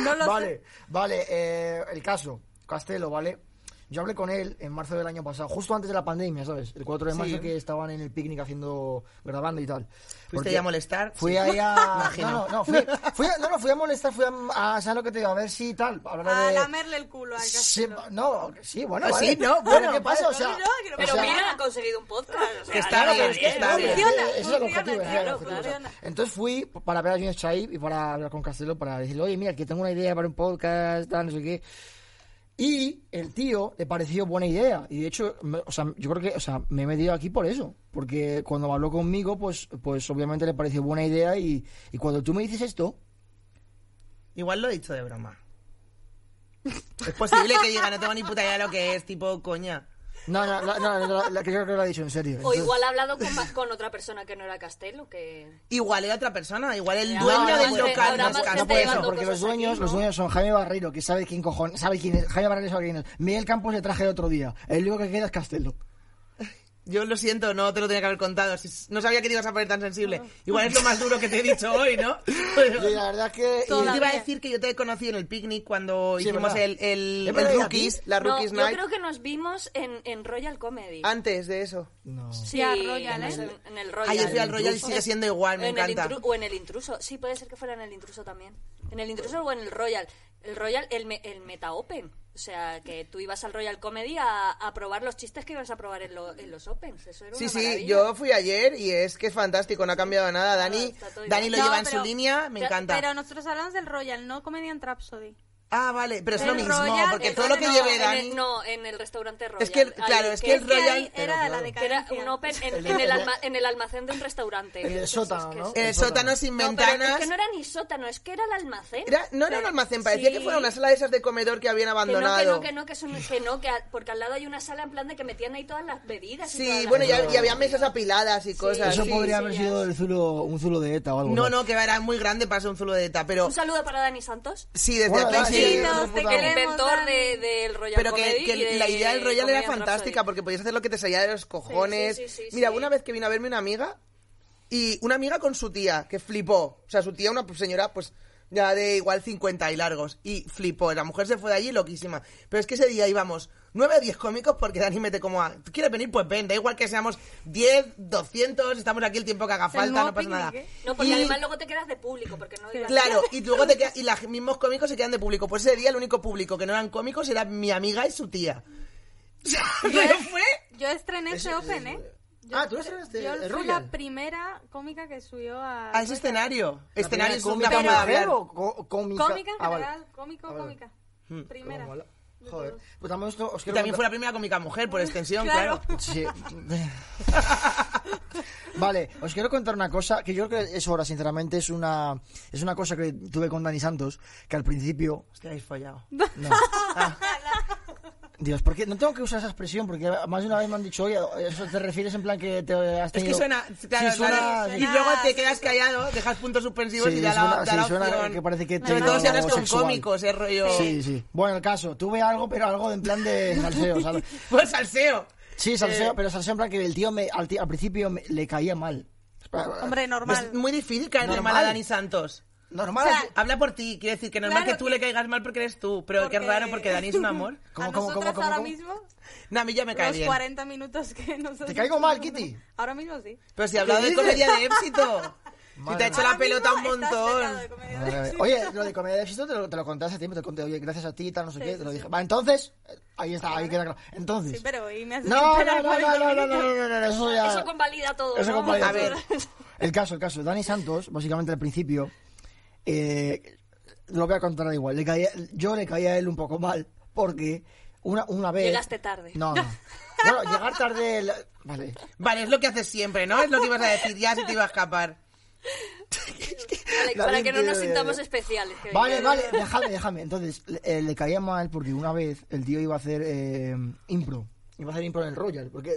B: No lo
A: vale,
B: sé.
A: vale. eh, el caso, Castelo, ¿vale? Yo hablé con él en marzo del año pasado, justo antes de la pandemia, ¿sabes? El 4 de marzo que estaban en el picnic haciendo, grabando y tal.
D: ¿Fuiste ya a molestar?
A: Fui
D: Sí.
A: ahí a...
D: Imagino.
A: No, no, no, fui, fui a, no, no, fui a molestar, fui a... a ¿Sabes lo que te digo? A ver si tal. A hablar
B: A
A: de...
B: lamerle el culo al
A: Sí,
B: Castelo.
A: no, sí, bueno,
D: Ah,
A: vale.
D: sí, no,
A: Pero
D: bueno,
A: ¿qué pasa? O
D: vale,
A: sea,
B: no, no, que no,
A: o
C: Pero
A: sea,
C: mira, ha conseguido un podcast. o sea,
D: Que está
C: nada
D: bien,
C: más
D: que está
C: bien.
D: bien.
A: ese es el
B: funciona,
A: objetivo, ese es el
C: claro,
A: objetivo.
C: claro.
A: Entonces fui para ver a Junior Chaib y para hablar con Castelo para decirle, oye, mira, que tengo una idea para un podcast, tal, no sé qué. Y el tío le pareció buena idea. Y de hecho, me- o sea, yo creo que o sea, me he metido aquí por eso. Porque cuando habló conmigo, pues, pues obviamente le pareció buena idea. Y, y cuando tú me dices esto,
D: Igual lo he dicho de broma. Es posible que diga, no tengo ni puta idea de lo que es, tipo, coña.
A: No, no, no, no, no, la- la- que yo creo que lo ha dicho en serio.
C: O
A: Entonces-
C: igual ha hablado con, ma- con otra persona que no era Castelo, que...
D: Igual era otra persona, igual el
C: Ya,
D: dueño
C: ahora
D: del
C: más que-
D: local
C: ahora
D: nos
C: más que
D: canta.
A: No
C: Gente
A: puede ser,
C: llevando
A: porque los
C: cosas aquí,
A: dueños,
C: ¿no?
A: los dueños son Jaime Barreiro, que sabe quién cojón, sabe quién es, Jaime Barreiro sabe quién es, Miguel Campos le traje el otro día, el único que queda es Castelo.
D: Yo lo siento, no te lo tenía que haber contado. si- No sabía que te ibas a poner tan sensible. Igual es lo más duro que te he dicho hoy, ¿no? Pero-
A: Y la verdad es que... y-
D: Y te iba a
C: Todavía.
D: decir que yo te conocí en el picnic cuando
A: Sí,
D: hicimos
A: ¿verdad?
D: el, el,
A: ¿Es verdad?
D: el Rookies, la
C: No,
D: Rookies
C: yo
D: Night. Ah,
C: creo que nos vimos en, en Royal Comedy.
D: Antes de eso.
A: No.
C: Sí,
B: Ya, Royal,
C: en,
B: ¿eh?
C: el, en el Royal.
D: Ay, yo fui al Royal y sigue siendo igual, me
C: en
D: encanta.
C: El intru- o en el intruso. Sí, puede ser que fuera en el intruso también. En el intruso o en el Royal. El Royal, el, me- el Meta Open. O sea, que tú ibas al Royal Comedy a, a probar los chistes que ibas a probar en, lo- en los Opens. Eso era
D: Sí,
C: una
D: sí,
C: maravilla. Ah,
D: yo fui ayer y es que es fantástico, no ha cambiado nada. Dani,
C: está todo
D: Dani lo
C: igual.
D: lleva
B: No,
D: en su
B: pero-
D: línea, me
C: pero-
D: encanta.
B: Pero nosotros hablamos del Royal, no Comedian Rhapsody.
D: ah, vale, pero es lo
B: el
D: mismo,
B: Royal-
D: porque
B: el
D: todo lo que
B: Royal
D: lleve
C: en
D: Dani...
C: El, no, en el restaurante Royal.
D: Es que,
C: Ahí,
D: claro, es que el
B: Es que
D: Royal-
B: ahí
D: pero
B: era la
D: claro.
C: que era
B: decadencia.
C: un Open en,
A: El-
C: en el,
A: el-
C: alma- en el almacén de un restaurante.
A: El
C: Eso es
A: sótano,
C: que
A: ¿no?
C: es-
D: En el sótano sin
C: No, pero
D: ventanas...
C: es que no era ni sótano, es que era el almacén.
D: Era- no era un almacén, parecía que fuera una sala de esas de comedor que habían
C: Que no, que
D: abandonado.
C: no, que no, que, son, que no, que a- porque al lado hay una sala en plan de que metían ahí todas las bebidas. y todas
D: Sí,
C: las
D: bueno, y,
C: cosas.
D: y había mesas apiladas y cosas.
A: Eso
D: sí,
A: podría
D: sí.
A: haber sido el zulo, un zulo de ETA o algo.
D: No, no, que era muy grande para ser un zulo de ETA, pero
C: Un saludo para Dani Santos,
D: sí, desde
A: Bueno,
D: aquí
A: Dani,
D: sí,
A: te
D: nos
B: queremos.
D: mudamos.
C: el inventor
B: Dani.
C: de- del Royal
D: Pero que,
C: Comedy
D: que
C: y de-
D: la idea del Royal era
C: Comedian
D: fantástica
C: Rhapsody.
D: porque podías hacer lo que te salía de los cojones.
C: Sí, sí, sí, sí,
D: Mira,
C: sí.
D: una vez que vino a verme una amiga y una amiga con su tía que flipó. O sea, su tía, una señora, pues ya de igual 50 y largos y flipó. La mujer se fue de allí loquísima. Pero es que ese día íbamos 9 o 10 cómicos porque Dani mete como a. ¿Tú quieres venir? Pues ven, da igual que seamos 10, 200, estamos aquí el tiempo que haga
B: el
D: falta,
B: nuevo
D: no pasa
B: picnic,
D: nada.
B: ¿eh?
C: No, porque
D: Y-
C: además luego te quedas de público, porque no ibas-
D: Claro, y luego te queda- y los mismos cómicos se quedan de público. Pues ese día el único público que no eran cómicos era mi amiga y su tía. O sea, ¿Qué fue?
B: Yo estrené ese Open, ¿eh? Yo
A: Ah, tú lo estrenaste,
B: Yo
A: el
B: fui
A: Royal.
B: la primera cómica que subió a...
D: A ese escenario. Escenario es una
A: cómica
D: forma de hablar.
A: o co- cómica?
B: Cómica en
A: Ah, vale.
B: general, cómico,
A: Ah, vale.
B: cómica. Primera.
A: Cómo mola. Joder. Pues también esto os
D: Y
A: quiero
D: también
A: contar-
D: fue la primera cómica mujer, por extensión,
B: Claro.
D: claro.
A: Sí. Vale, os quiero contar una cosa que yo creo que es hora, sinceramente, es una es una cosa que tuve con Dani Santos, que al principio
D: Hostia, habéis follado.
A: no. Dios, ¿por qué? No tengo que usar esa expresión porque más de una vez me han dicho, oye, eso te refieres en plan que te has
D: Es
A: tenido...
D: que suena, claro,
A: Sí, suena-
D: claro. Y
B: suena-
D: luego te quedas callado, dejas puntos suspensivos
A: Sí,
D: y da
A: suena-
D: la, da la
A: sí, suena
D: opción.
A: que parece que
D: Sobre
A: tengo
D: todo si hablas
A: algo
D: con
A: sexual.
D: cómicos, es rollo.
A: Sí, sí. Bueno, el caso, tuve algo, pero algo en plan de salseo, ¿sabes?
D: Pues salseo.
A: Sí,
D: Eh.
A: salseo, pero salseo en plan que el tío me, al, ti- al principio me- le caía mal.
B: Hombre, normal.
D: Es muy difícil caerle
A: Normal.
D: mal a Dani Santos.
A: Normal.
B: O sea,
D: Habla por ti, quiere decir que normal
B: Claro
D: que tú
B: que-
D: le caigas mal porque eres tú, pero que es
B: Porque-
D: raro porque Dani es un amor.
A: ¿Cómo,
B: a
A: cómo,
B: nosotras
A: cómo, cómo,
B: ahora
A: cómo?
B: mismo,
D: No, a mí ya me cae
B: los
D: bien.
B: 40 minutos que nosotros...
A: ¿Te caigo mal, Kitty?
B: Ahora mismo sí.
D: Pero si ha hablado de
A: dices?
D: comedia de éxito. Si te ha hecho la
B: Ahora
D: pelota un
B: mismo estás
D: montón.
B: pecado de comedia de
A: Madre mía.
B: éxito.
A: Oye, lo de comedia de éxito te lo, te lo conté hace tiempo, te conté, oye, gracias a ti, tal, no sé qué, te lo dije. Va, entonces, eh, ahí está, ahí queda claro. Entonces.
B: Sí, pero y me haces
A: no, no,
B: esperar
A: no, no, no,
B: 40
A: no, no,
B: minutos.
A: no, no, no, eso ya.
C: Eso convalida todo,
A: Eso
C: ¿no?
A: convalida
D: A ver.
A: todo. El caso, el caso. Dani Santos, básicamente al principio, eh, lo voy a contar da igual. Le caía, yo le caía a él un poco mal, porque una, una vez.
C: Llegaste tarde.
A: No, no. Bueno, llegar tarde. la- Vale.
D: Vale, es lo que haces siempre, ¿no? Es lo que ibas a decir, ya se te iba a escapar.
C: Para,
A: La
C: para que no nos
A: gente-
C: sintamos especiales. que-
A: Vale,
C: que-
A: vale, déjame, déjame. Entonces, le, eh, le caía mal porque una vez el tío iba a hacer eh, impro. Iba a hacer impro en el Royal, porque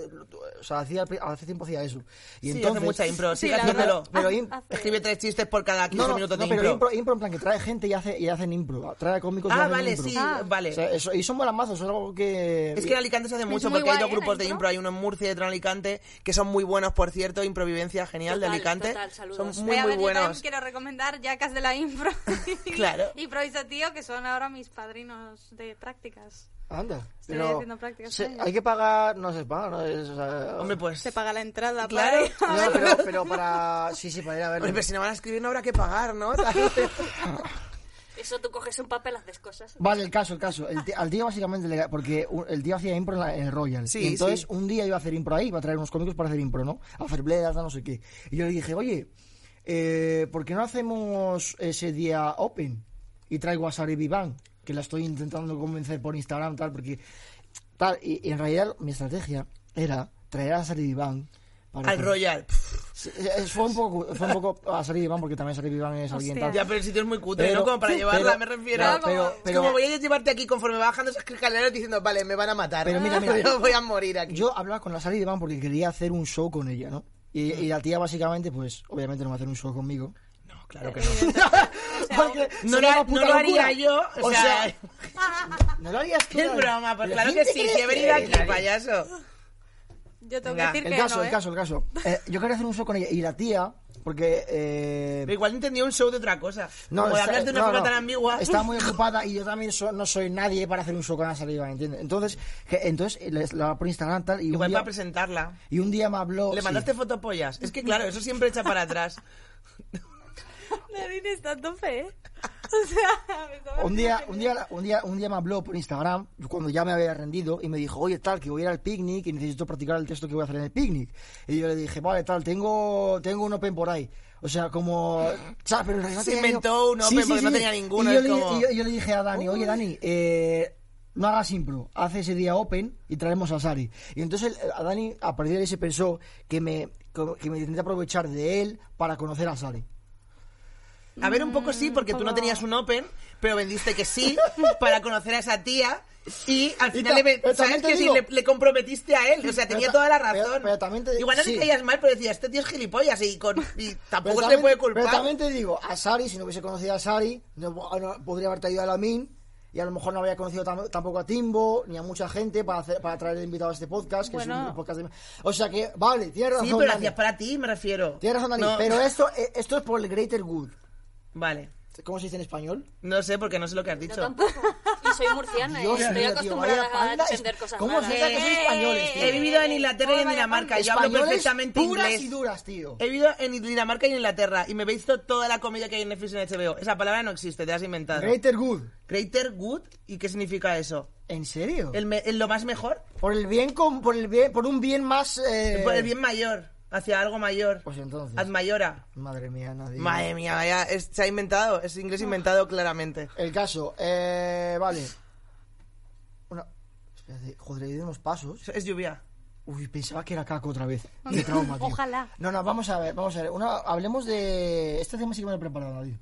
A: o sea, hacía, hace tiempo hacía eso. Y
D: sí,
A: entonces,
D: hace mucha impro,
B: Sí,
D: sigue
B: la Ah,
D: haciéndolo.
A: verdad. Pero im-
D: Escribe tres chistes por cada 15
A: No, no,
D: minutos de
A: no, pero
D: impro.
A: impro, impro en plan que trae gente y, hace, y hacen impro. Trae cómicos y
D: Ah,
A: hacen
D: vale,
A: impro.
D: sí, vale.
A: O sea, eh, eso- y son malamazos, es algo que...
D: Es que en Alicante se hace mucho
B: muy
D: porque hay
B: guay,
D: dos
B: ¿eh?
D: grupos
B: ¿La
D: de
B: impro?
D: impro. Hay uno en Murcia y otro en Alicante que son muy buenos, por cierto. Improvivencia genial de
C: Total,
D: Alicante.
C: total, saludos.
D: son
B: Pues Voy
D: muy,
B: a
D: muy
B: ver, Yo también
D: buenos.
B: quiero recomendar Yacas de la Impro.
D: Claro.
B: Y Provisatío, que son ahora mis padrinos de prácticas.
A: Anda,
B: Estoy
A: pero
B: haciendo prácticas
A: se-
B: con ellos.
A: hay que pagar, no se paga, no es, o sea,
D: Hombre, pues.
B: Se paga la entrada.
D: Claro.
B: para
A: no,
B: ir
A: pero, pero para, sí, sí, para ir a verlo.
D: Hombre, pero si no van a escribir no habrá que pagar, ¿no?
C: Eso tú coges un papel, haces cosas.
A: Vale, el caso, el caso. El tío- al tío básicamente, le- porque un- el tío hacía impro en, la- en el Royal.
D: Sí,
A: y entonces
D: sí.
A: un día iba a hacer impro ahí, iba a traer unos cómicos para hacer impro, ¿no? A hacer bledas, no sé qué. Y yo le dije, oye, eh, ¿por qué no hacemos ese día open? Y traigo a Sari Vivan, que la estoy intentando convencer por Instagram, tal, porque... Tal, y, y en realidad mi estrategia era traer a Sari Vivan para...
D: Al
A: que-
D: Royal. Pff,
A: Sí, es- fue, un poco, fue un poco a salir Iván, porque también salir Iván es alguien
B: Hostia.
A: tal.
D: Ya, pero el sitio es muy cutre,
A: Pero-
D: ¿no? Como para
A: sí,
D: llevarla,
A: pero-
D: me refiero.
A: pero-
D: Es como-
A: pero-
D: es
A: pero-
D: como voy a llevarte aquí conforme bajando esas escaleras diciendo, vale, me van a matar.
A: Pero mira, mira.
D: Yo voy a morir aquí.
A: Yo hablaba con la Sally Iván porque quería hacer un show con ella, ¿no? Y, y la tía básicamente, pues, obviamente no va a hacer un show conmigo.
D: No, claro que no.
A: Porque
D: No
A: sería
D: lo-
A: una puta
D: no lo haría
A: locura.
D: yo, o sea-
A: no lo harías tú.
D: Es
A: Dani.
D: broma, pues
A: ¿Pero
D: claro
A: quién
D: que
A: te
D: sí,
A: crees
D: que he venido
A: eres,
D: aquí,
A: Dani?
D: payaso.
B: Yo tengo
D: Venga,
B: que decir
A: El
B: que
A: caso,
B: no,
A: el
B: ¿eh?
A: caso, el caso. Eh, yo quería hacer un show con ella. Y la tía, porque... Eh,
D: Pero igual entendí un show de otra cosa. Como de
A: está-
D: hablar de una
A: no,
D: forma
A: no.
D: tan ambigua.
A: Está muy ocupada y yo también so- no soy nadie para hacer un show con Ana Saliva, ¿entiendes? Entonces, que, entonces eh, les- la por Instagram tal, y, un
D: Igual
A: día,
D: para presentarla.
A: y un día me habló...
D: Le
A: Oh, sí.
D: mandaste fotopollas. Es que claro, eso siempre echa para atrás.
B: Nadine está a tope, ¿eh? O sea, me está
A: Un día, un, día, un, día, un día me habló por Instagram, cuando ya me había rendido, y me dijo, oye, tal, que voy a ir al picnic y necesito practicar el texto que voy a hacer en el picnic. Y yo le dije, vale, tal, tengo, tengo un open por ahí. O sea, como... ¿sabes? Pero en realidad
D: Se
A: tenía
D: inventó un open porque no tenía ninguno,
A: Y yo,
D: es
A: le,
D: como-
A: y yo- yo le dije a Dani, oye, Dani, eh, no hagas impro, haz ese día open y traemos a Sari. Y entonces el- a Dani, a partir de ahí, se pensó que me, que me intenté aprovechar de él para conocer a Sari.
D: A ver, un poco sí, porque tú no tenías un open, pero vendiste que sí para conocer a esa tía. Y al final,
A: ta-
D: le, ve-
A: pero
D: ¿sabes
A: también te
D: que sí?
A: digo-
D: le, le comprometiste a él. O sea,
A: Pero
D: tenía
A: ta-
D: toda la
A: pero-
D: razón.
A: pero también te-
D: Igual no
A: sí.
D: te caías mal, pero decías, este tío es gilipollas y, con, y
A: Pero
D: tampoco se le
A: también-
D: puede culpar.
A: Pero también te digo, a Sari, si no hubiese conocido a Sari, no, no- podría haberte ayudado a la Min. Y a lo mejor no habría conocido tam- tampoco a Timbo ni a mucha gente para hacer, para traer invitados a este podcast, que es un
B: Bueno.
A: podcast de... O sea que, vale, tienes razón.
D: Sí, pero lo
A: Dani.
D: hacías para ti, me refiero.
A: Tienes razón, Dani.
D: No-
A: Pero esto, eh, esto es por el greater good.
D: Vale.
A: ¿Cómo se dice en español?
D: No sé, porque no sé lo que has
C: Yo
D: dicho.
C: tampoco. Y soy murciana,
A: Dios
C: y estoy
A: mío, tío,
C: acostumbrada
A: vaya panda,
C: a entender
A: es-
C: cosas Eh,
A: ¿cómo
C: raras.
A: se nota que sois españoles, tío?
D: He vivido en Inglaterra y en Dinamarca. Yo hablo
A: Españoles
D: perfectamente
A: puras
D: inglés.
A: y duras, tío.
D: He vivido en Dinamarca y en Inglaterra y me he visto toda la comedia que hay en Netflix y en HBO. Esa palabra no existe, te la has inventado.
A: Greater good.
D: Greater good, ¿y qué significa eso?
A: ¿En serio?
D: ¿El, me- el lo más mejor?
A: Por el bien, con, por el bien, por un bien más... eh,
D: Por el bien mayor, hacia algo mayor.
A: Pues entonces.
D: Ad mayora.
A: Madre mía, nadie...
D: Madre mía, vaya, es- se ha inventado, es inglés inventado claramente.
A: El caso, eh, vale. Una... Espérate, joder, he ido unos pasos.
D: Es lluvia.
A: Uy, pensaba que era caco otra vez. Qué trauma, tío.
B: Ojalá.
A: No, no, vamos a ver, vamos a ver. Una, hablemos de... Este tema sí que me lo he preparado, David.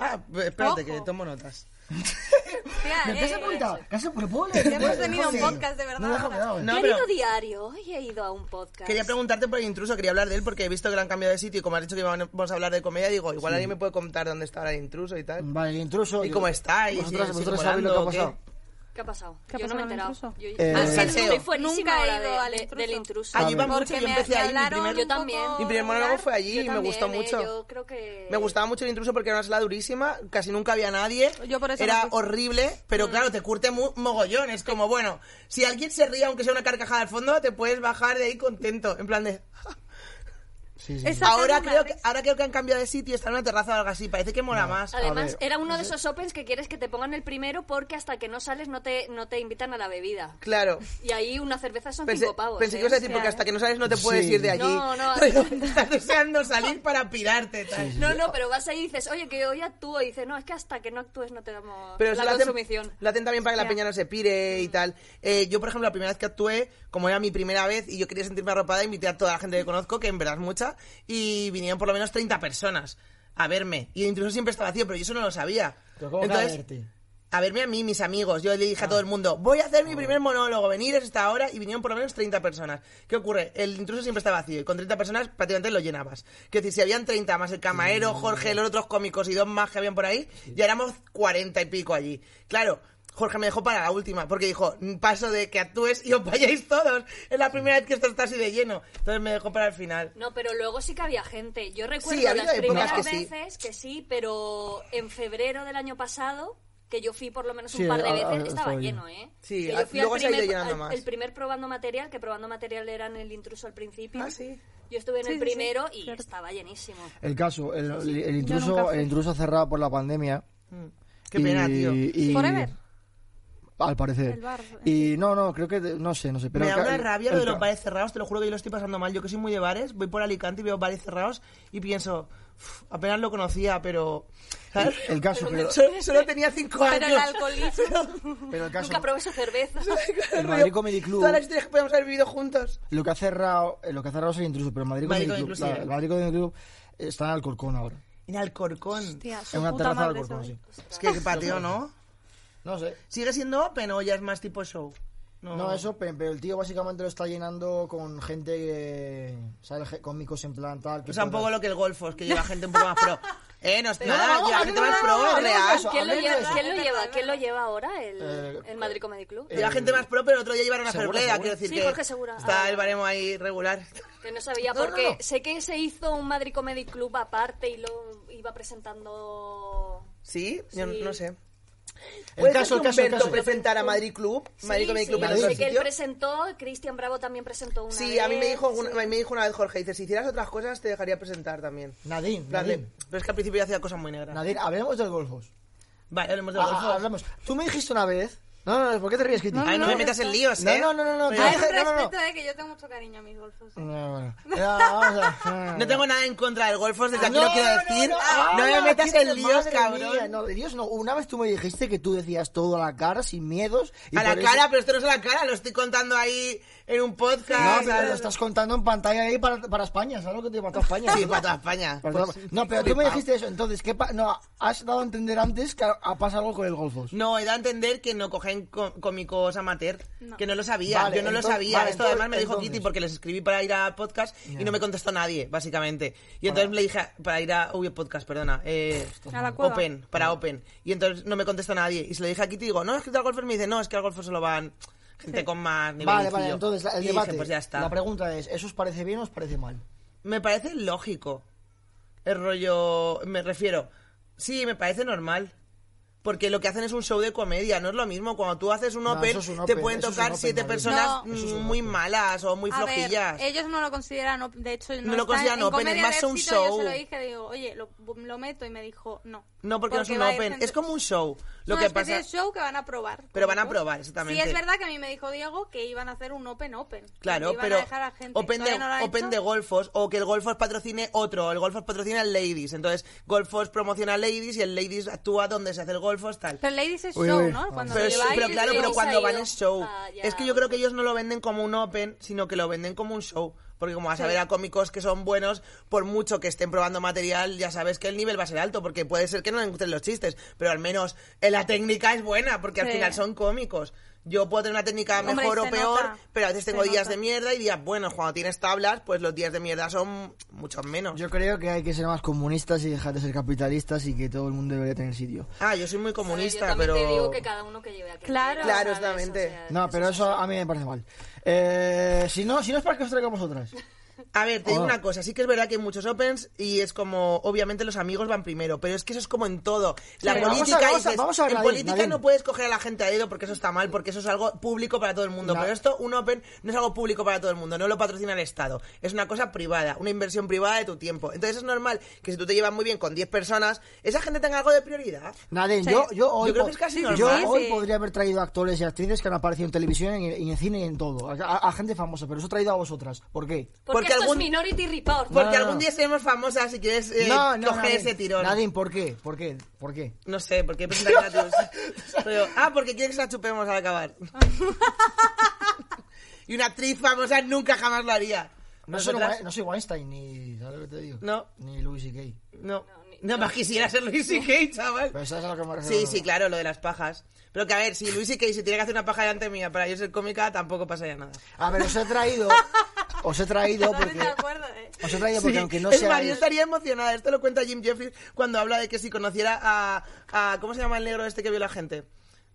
D: Ah, espérate,
B: Ojo.
D: que tomo notas.
B: Hostia,
A: ¿Me has
B: eh,
A: apuntado? ¿Qué has apuntado? ¿Puedo leer?
B: hemos tenido un podcast, de verdad,
A: No, déjame,
B: ahora.
A: déjame.
D: No,
C: Querido
D: pero-
C: diario, hoy he ido a un podcast.
D: Quería preguntarte por el intruso, quería hablar de él porque he visto que le han cambiado de sitio y como has dicho que vamos a hablar de comedia, digo, igual alguien me puede contar dónde está ahora el intruso y tal.
A: Vale, el intruso...
D: ¿Y cómo está? ¿Y
A: vosotros
D: si- si
A: vosotros
D: sigue
A: sabéis lo que ha
D: volando o
A: pasado.
D: qué?
C: ¿Qué ha pasado?
B: ¿Qué ha
C: yo no me he
B: pasado
C: enterado.
B: con el
C: Yo,
A: Eh,
C: Ah, sí,
D: salseo.
C: soy fuenísima
B: Nunca he
C: ahora
B: ido
C: de-
B: al
C: de-
B: intruso.
C: del intruso.
D: Ah,
A: A
D: yo iba
A: ver.
D: mucho,
B: Porque
D: yo
B: me,
D: empecé
B: me
D: a ir. Mi
B: hablaron
D: primer,
C: Yo también.
D: mi primer monólogo fue allí
C: Yo
D: y me gustó
C: también, eh,
D: mucho.
C: yo creo que...
D: Me gustaba mucho el intruso porque era una sala durísima, casi nunca había nadie.
B: Yo por eso
D: era
B: no fui.
D: horrible, pero
C: Mm.
D: claro, te curte mu- mogollón. Es como, bueno, si alguien se ríe, aunque sea una carcajada al fondo, te puedes bajar de ahí contento. En plan de.
A: Sí, sí.
B: Es- Sacar
D: Ahora
B: una
D: creo, que,
B: risa.
D: ahora creo que han cambiado de sitio, está en una terraza o algo así. Parece que mola más.
C: Además,
A: ver.
C: era uno de esos opens que quieres que te pongan el primero porque hasta que no sales no te, no te invitan a la bebida.
D: Claro.
C: Y ahí una cerveza son
D: Pensé,
C: cinco pavos.
D: pensé
C: ¿eh?
D: que ibas a decir,
B: Hostia,
D: porque hasta
B: eh.
D: que no sales no te puedes ir de allí.
C: No, no.
D: Pero estás deseando salir para pirarte. Tal.
C: No, no, pero vas ahí y dices, oye, que hoy actúo. Y dices, no, es que hasta que no actúes no te damos
D: Pero eso
C: la
D: lo hacen-
C: consumición. Mm.
D: Lo hacen también para que la peña no se pire y tal. Eh, yo, por ejemplo, la primera vez que actué, como era mi primera vez y yo quería sentirme arropada, invité a toda la gente que conozco, que en verdad es mucha, y vinieron por lo menos 30 personas a verme. Y incluso siempre estaba vacío, pero yo eso no lo sabía.
A: Pero ¿cómo que a verte?
D: a verme a mí, mis amigos. Yo le dije a todo el mundo, voy a hacer mi primer monólogo, venir es esta hora, y vinieron por lo menos 30 personas. ¿Qué ocurre? El intruso siempre está vacío, y con 30 personas prácticamente lo llenabas. Que decir, si habían 30 más el camarero, Jorge, los otros cómicos y dos más que habían por ahí, ya éramos 40 y pico allí. Claro. Jorge me dejó para la última, porque dijo, paso de que actúes y os vayáis todos. Es la primera vez que esto está así de lleno. Entonces me dejó para el final.
C: No, pero luego sí que había gente. Yo recuerdo
D: Sí, ha habido
C: las
D: épocas
C: primeras
D: que sí.
C: veces que sí, pero en febrero del año pasado, que yo fui por lo menos
A: Sí,
C: un par de
A: a- a-
C: veces,
A: estaba
C: estaba
A: bien.
C: lleno, ¿eh?
D: Sí,
C: Que
D: a-
C: yo fui
D: luego
C: al
D: se ha ido
C: primer,
D: llenando
C: al-
D: más.
C: El primer probando material, que probando material era en el intruso al principio.
D: Ah, sí.
C: Yo estuve en
B: Sí,
C: el
B: sí, sí,
C: primero y
B: cierto.
C: estaba llenísimo.
A: El caso, el, el- el
B: nunca
A: intruso,
B: fui.
A: el intruso cerrado por la pandemia.
D: Qué pena,
A: y-
D: tío.
A: y-
B: Forever.
A: al parecer.
B: El bar,
A: Y no, no, creo que, no sé, no sé. Pero
D: me da
A: el ca-
D: una rabia
A: el
D: lo de los
A: ca-
D: bares cerrados, te lo juro que yo lo estoy pasando mal. Yo que soy muy de bares, voy por Alicante y veo bares cerrados y pienso, "Uf, apenas lo conocía, pero... ¿sabes?
A: El- el caso,
D: Pero
A: pero-
D: solo, solo tenía cinco años.
C: Pero el alcoholismo.
A: Pero el caso,
C: Nunca probé su cerveza.
A: El Madrid Comedy Club.
D: Todas las historias que podemos haber vivido juntos.
A: lo que ha cerrado, eh, lo que ha cerrado es el intruso, pero el Madrid Comedy
D: Madrid Comedy
A: Club,
D: Club, sí.
A: la- el Madrid Comedy Club está en Alcorcón ahora.
D: En Alcorcón.
B: Tía,
A: Es
B: su
A: una
B: puta
A: terraza de
B: madre,
A: Alcorcón, sí.
B: ¿sabes?
D: Es que qué patio, ¿no?
A: No sé.
D: ¿Sigue siendo open o ya es más tipo show?
A: No, eso, pe- pero el tío básicamente lo está llenando con gente que. ¿Sabes? Gen- Cómicos en plan tal. que
D: O sea, un
A: puedas-
D: poco lo que el golfo es que lleva gente un poco más pro. Eh, no,
A: no,
D: nada,
A: no,
D: lleva
A: no,
D: gente
A: no,
D: más
A: no,
D: pro,
A: no, no, no,
D: real.
A: eso.
C: ¿Quién lo,
A: hablemos de
C: lleva,
A: eso.
C: ¿Quién lo lleva? ¿Quién lo lleva ahora? El,
A: Eh,
C: el Madrid Comedy Club.
D: Lleva gente más pro, pero el otro día llevaron a
A: Seguro,
D: Ferbleda,
A: seguro.
D: quiero decir
C: Sí,
D: que
C: Jorge Segura.
D: está
C: Ah.
D: el baremo ahí regular.
C: Que no sabía,
A: No, no,
C: porque
A: no.
C: sé que se hizo un Madrid Comedy Club aparte y lo iba presentando.
D: ¿Sí? Yo no-
C: Sí.
D: no sé.
A: El
D: ¿Puede
A: caso,
D: ser
A: el
D: que
A: caso, el
D: Humberto
A: caso.
D: presentara Madrid Club? Madrid
C: sí,
D: Comedy
C: sí,
D: Club en
C: yo
A: Madrid.
D: otro
C: sé que él
D: sitio.
C: presentó, Cristian Bravo también presentó una
D: Sí,
C: vez,
D: a mí me dijo, una-
C: sí.
D: me dijo una vez Jorge, dice, si hicieras otras cosas te dejaría presentar también.
A: Nadine,
D: En plan de-
A: Nadine.
D: Pero es que al principio yo hacía cosas muy negras.
A: Nadir, hablemos del golfos.
D: Vale, hablemos de
A: Ah, ah,
D: golfo.
A: hablamos. Tú me dijiste una vez. No, no, no, ¿por qué te ríes, Kitty?
D: Ay, no me metas en líos, ¿eh?
A: No, no, no, no, no.
D: Pero-
A: tú
B: A ver,
A: dijiste- no, no, no.
B: respeto, eh, que yo tengo mucho cariño a mis golfos. eh.
A: No, bueno. Ya, vamos a-
D: No tengo nada en contra del golfo, desde aquí
A: Ah, No,
D: lo quiero decir.
A: no, no,
D: No,
A: no,
D: me metas
A: Kitty,
D: en líos,
A: madre
D: cabrón.
A: mía, no, de líos no. Una vez tú me dijiste que tú decías todo a la cara, sin miedos. y
D: a la
A: por eso-
D: cara, pero esto no es a la cara, lo estoy contando ahí en un
A: No,
D: podcast.
A: pero lo estás contando en pantalla ahí para, para España, ¿sabes lo que te digo? Para toda España.
D: Sí, para toda España.
A: Para toda- no, pero tú me dijiste eso, entonces, ¿qué pa- no, has dado a entender antes que ha- pasa algo con el Golfos.
D: No, he dado a entender que no cogen co- cómicos amateur, que no lo sabía,
A: Vale,
D: yo no
A: entonces-
D: lo sabía.
A: vale,
D: Esto
A: entonces-
D: además me dijo
A: entonces.
D: Kitty porque les escribí para ir a podcast y no me contestó nadie, básicamente. Y entonces le dije, a- para ir a... Uy, podcast, perdona. eh,
B: A la cueva.
D: open, para Open. Y entonces no me contestó nadie. Y se lo dije a Kitty y digo, no, es que al golfer me dice, no, es que al golfer solo van gente con más nivel.
A: Vale, vale, entonces la- el
D: y dije,
A: debate.
D: pues ya está.
A: La pregunta es, ¿eso os parece bien o os parece mal?
D: Me parece lógico. El rollo. Me refiero. Sí, me parece normal. Porque lo que hacen es un show de comedia, no es lo mismo. Cuando tú haces un
A: No,
D: open,
A: eso es un
D: te
A: open,
D: pueden
A: eso es un
D: tocar
A: open,
D: siete
A: Mario.
D: personas
B: No.
D: mm, muy malas o muy
B: A ver, eh,
D: flojillas.
B: ellos no lo consideran, op- de hecho,
D: No
B: no,
D: lo
B: está
D: consideran
B: en
D: open,
B: Comedia
D: es más
B: de
D: un
B: Éxito,
D: show.
B: Yo se lo dije, digo, oye, lo, lo meto y me dijo, no.
D: no, porque, no
B: va a
D: es
B: ir
D: un open.
B: gente-
D: Es como un show. Lo
B: No,
D: que
B: es que sí
D: pasa.
B: es show que van a probar.
D: Pero van a
B: conmigo.
D: probar, exactamente.
B: Sí, es verdad que a mí me dijo Diego que iban a hacer un open open.
D: Claro,
B: que iban
D: pero
B: a dejar a gente.
D: open, de,
B: Todavía no lo ha
D: open
B: hecho.
D: de golfos o que el golfos patrocine otro, el golfos patrocina el ladies, entonces golfos promociona ladies y el ladies actúa donde se hace el golfos tal.
B: Pero Ladies es
A: Uy,
B: show,
A: uy.
B: ¿no? Cuando
D: Pero,
B: se
D: es-
B: va
D: pero
B: y-
D: claro,
C: y
D: pero
C: se
D: cuando
C: ha
D: van
C: ido.
D: en show.
C: Ah, ya.
D: es que yo creo que ellos no lo venden como un open, sino que lo venden como un show. Porque como vas a ver a cómicos que son buenos, por mucho que estén probando material, ya sabes que el nivel va a ser alto, porque puede ser que no les gusten los chistes, pero al menos eh, la técnica es buena, porque al
B: Sí.
D: final son cómicos. Yo puedo tener una técnica
B: Hombre,
D: mejor o
B: se
D: peor,
B: nota,
D: pero a veces
B: se
D: tengo días
B: nota.
D: de mierda y días buenos. Cuando tienes tablas, pues los días de mierda son muchos menos.
A: Yo creo que hay que ser más comunistas y dejar de ser capitalistas y que todo el mundo debería tener sitio.
D: Ah, yo soy muy comunista,
C: yo también
D: pero...
C: te digo que cada uno que lleve aquí.
B: Claro.
D: Claro, exactamente.
A: No, pero eso a mí me parece mal. Eh, si no, si no es para que os traigamos otras.
D: A ver, te digo
A: Ah.
D: una cosa, sí que es verdad que hay muchos opens y es como, obviamente los amigos van primero, pero es que eso es como en todo. La
A: Pero vamos
D: política,
A: a- vamos a-
D: dices,
A: vamos a ver,
D: en
A: Nadine,
D: política
A: Nadine.
D: no puedes coger a la gente a dedo porque eso está mal, porque eso es algo público para todo el mundo.
A: Na-
D: Pero esto, un open, no es algo público para todo el mundo, no lo patrocina el Estado. Es una cosa privada, una inversión privada de tu tiempo. Entonces es normal que si tú te llevas muy bien con 10 personas, esa gente tenga algo de prioridad.
A: Nadine,
B: Sí.
A: yo, yo hoy,
D: Yo creo
A: po-
D: que es casi
A: yo
D: normal.
A: hoy
B: Sí.
A: podría haber traído actores y actrices que han aparecido en televisión y en, y en cine y en todo. A, a- a gente famosa, pero eso he traído a vosotras. ¿Por qué?
D: Porque
C: Porque, esto
D: algún-
C: es Minority Report.
D: Porque
A: no,
D: algún
A: no.
D: día seremos famosas si quieres eh, coger
A: Nadine.
D: ese tirón.
A: Nadine, ¿por qué? ¿Por qué? ¿Por qué?
D: No sé, ¿por qué presentan a tus- Pero, ah, porque quiere que se la chupemos al acabar. y una actriz famosa nunca jamás lo haría.
A: No soy,
D: Nosotras-
A: Wa- no soy Weinstein, ni... ¿Sabes lo que te digo?
D: No.
A: Ni Louis C.K.
D: No, no, más quisiera ser Luis y Kay, chaval.
A: Pero ¿sabes a lo que me refiero?
D: Sí, sí, claro, lo de las pajas. Pero que a ver, si Luis y Kay se tiene que hacer una paja delante mía para yo ser cómica, tampoco pasaría nada.
A: A ver, os he traído... Os he traído
B: Totalmente
A: porque...
B: de acuerdo, eh.
A: Os he traído porque
D: Sí,
A: aunque no
D: es
A: sea...
D: más, yo estaría emocionada. Esto lo cuenta Jim Jeffries cuando habla de que si conociera a, a- ¿Cómo se llama el negro este que vio la gente?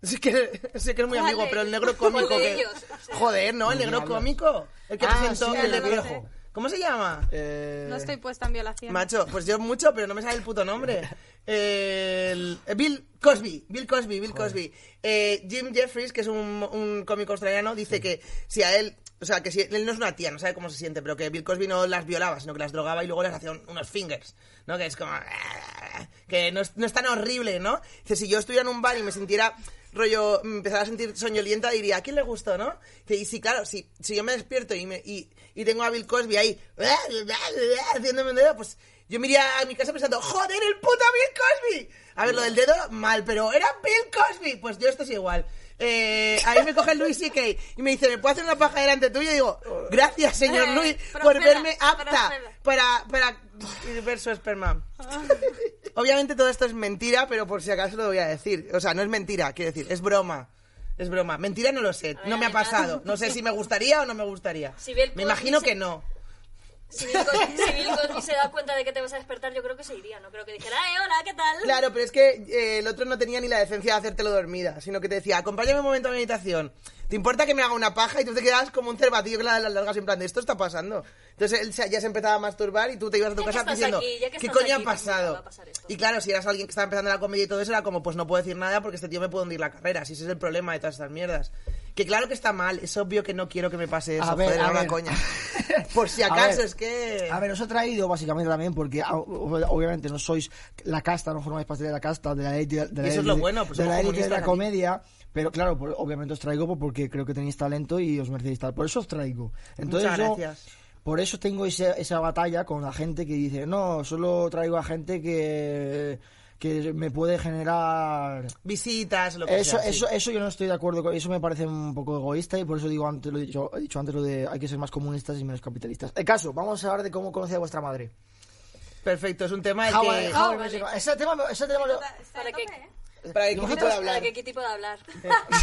D: Sí que, sí que es muy
C: ¿Cuál
D: amigo,
C: de-
D: pero el negro
C: cuál de
D: cómico. que-
C: ellos?
D: Joder, ¿no? El negro
A: Diablos.
D: cómico. El que
A: Ah,
D: presentó
A: sí,
D: el de
A: el negro.
D: viejo. ¿Cómo se llama?
A: Eh,
B: No estoy puesta en violación.
D: Macho, pues yo mucho, pero no me sale el puto nombre. El- eh, Bill Cosby, Bill Cosby, Bill Cosby. Eh, Jim Jeffries, que es un, un cómico australiano, dice que si a él, o sea, que si él no es una tía, no sabe cómo se siente, pero que Bill Cosby no las violaba, sino que las drogaba y luego les hacía un- unos fingers, ¿no? Que es como... "Bah, que no es, no es tan horrible, ¿no? Dice, si yo estuviera en un bar y me sintiera rollo, me empezara a sentir soñolienta, diría, ¿a quién le gustó, no? Dice, y sí, claro, si, si yo me despierto y, me, y, y tengo a Bill Cosby ahí, haciéndome un dedo, pues yo me iría a mi casa pensando, joder, el puto Bill Cosby. A ver, lo del dedo, mal, pero era Bill Cosby. Pues yo esto es igual. Eh, ahí me coge Luis C.K. y me dice, ¿me puedo hacer una paja delante tuya? Y digo, gracias, señor
B: Eh,
D: Luis, por
B: proceda,
D: verme apta
B: proceda.
D: para, para ver su esperma.
B: Ah.
D: Obviamente todo esto es mentira, pero por si acaso lo voy a decir. O sea, no es mentira, quiero decir, es broma. Es broma. Mentira no lo sé, no me ha pasado. No sé si me gustaría o no me gustaría.
C: Si Bill
D: Me imagino
C: Cosby
D: que
C: se-
D: no.
C: Si Bill Cosby- si Bill Cosby se da cuenta de que te vas a despertar, yo creo que se iría. No creo que dijera, ¡eh, hola, qué tal!
D: Claro, pero es que eh, el otro no tenía ni la decencia de hacértelo dormida, sino que te decía, acompáñame un momento a mi habitación. ¿Te importa que me haga una paja? Y tú te quedas como un cervatillo que la, la largas en plan de esto está pasando. Entonces él se- ya se empezaba a masturbar y tú te ibas a tu
C: Ya que
D: casa
C: estás
D: diciendo,
C: aquí, ya que
D: ¿qué
C: estás
D: coño
C: aquí,
D: ha
C: pues mira, va
D: pasado?
C: a pasar esto.
D: Y claro, si eras alguien que estaba empezando la comedia y todo eso, era como, pues no puedo decir nada porque este tío me puede hundir la carrera, si ese es el problema de todas estas mierdas. Que claro que está mal, es obvio que no quiero que me pase eso,
A: A ver,
D: joder,
A: a
D: era una
A: ver.
D: coña. Por si
A: A
D: acaso,
A: ver,
D: es que...
A: A ver, os he traído básicamente también porque a- ob- obviamente no sois la casta, no formáis parte de la casta, de la élite de, la
D: Y eso es
A: élite-
D: lo bueno, pues
A: de,
D: somos
A: la, élite de
D: comunistas
A: la
D: aquí.
A: comedia. Pero claro, por- obviamente os traigo por- porque creo que tenéis talento y os merecéis tal. Por eso os traigo. Entonces
D: Muchas
A: yo-
D: gracias.
A: Por eso tengo ese- esa batalla con la gente que dice, no, solo traigo a gente que, que me puede generar
D: Visitas, lo que
A: eso,
D: sea, sí.
A: eso, eso yo no estoy de acuerdo con eso me parece un poco egoísta y por eso digo antes lo he dicho, he dicho antes lo de hay que ser más comunistas y menos capitalistas. El caso, vamos a hablar de cómo conocí a vuestra madre.
D: Perfecto, es un tema del
A: How I-
D: que... Oh,
A: how I met your- Ese tema, ese tema lo-
B: Está de
C: ¿Para qué?
B: tope, ¿eh?
D: Para el que
A: Nosotros-
D: pueda hablar.
C: ¿Para qué, qué tipo de hablar?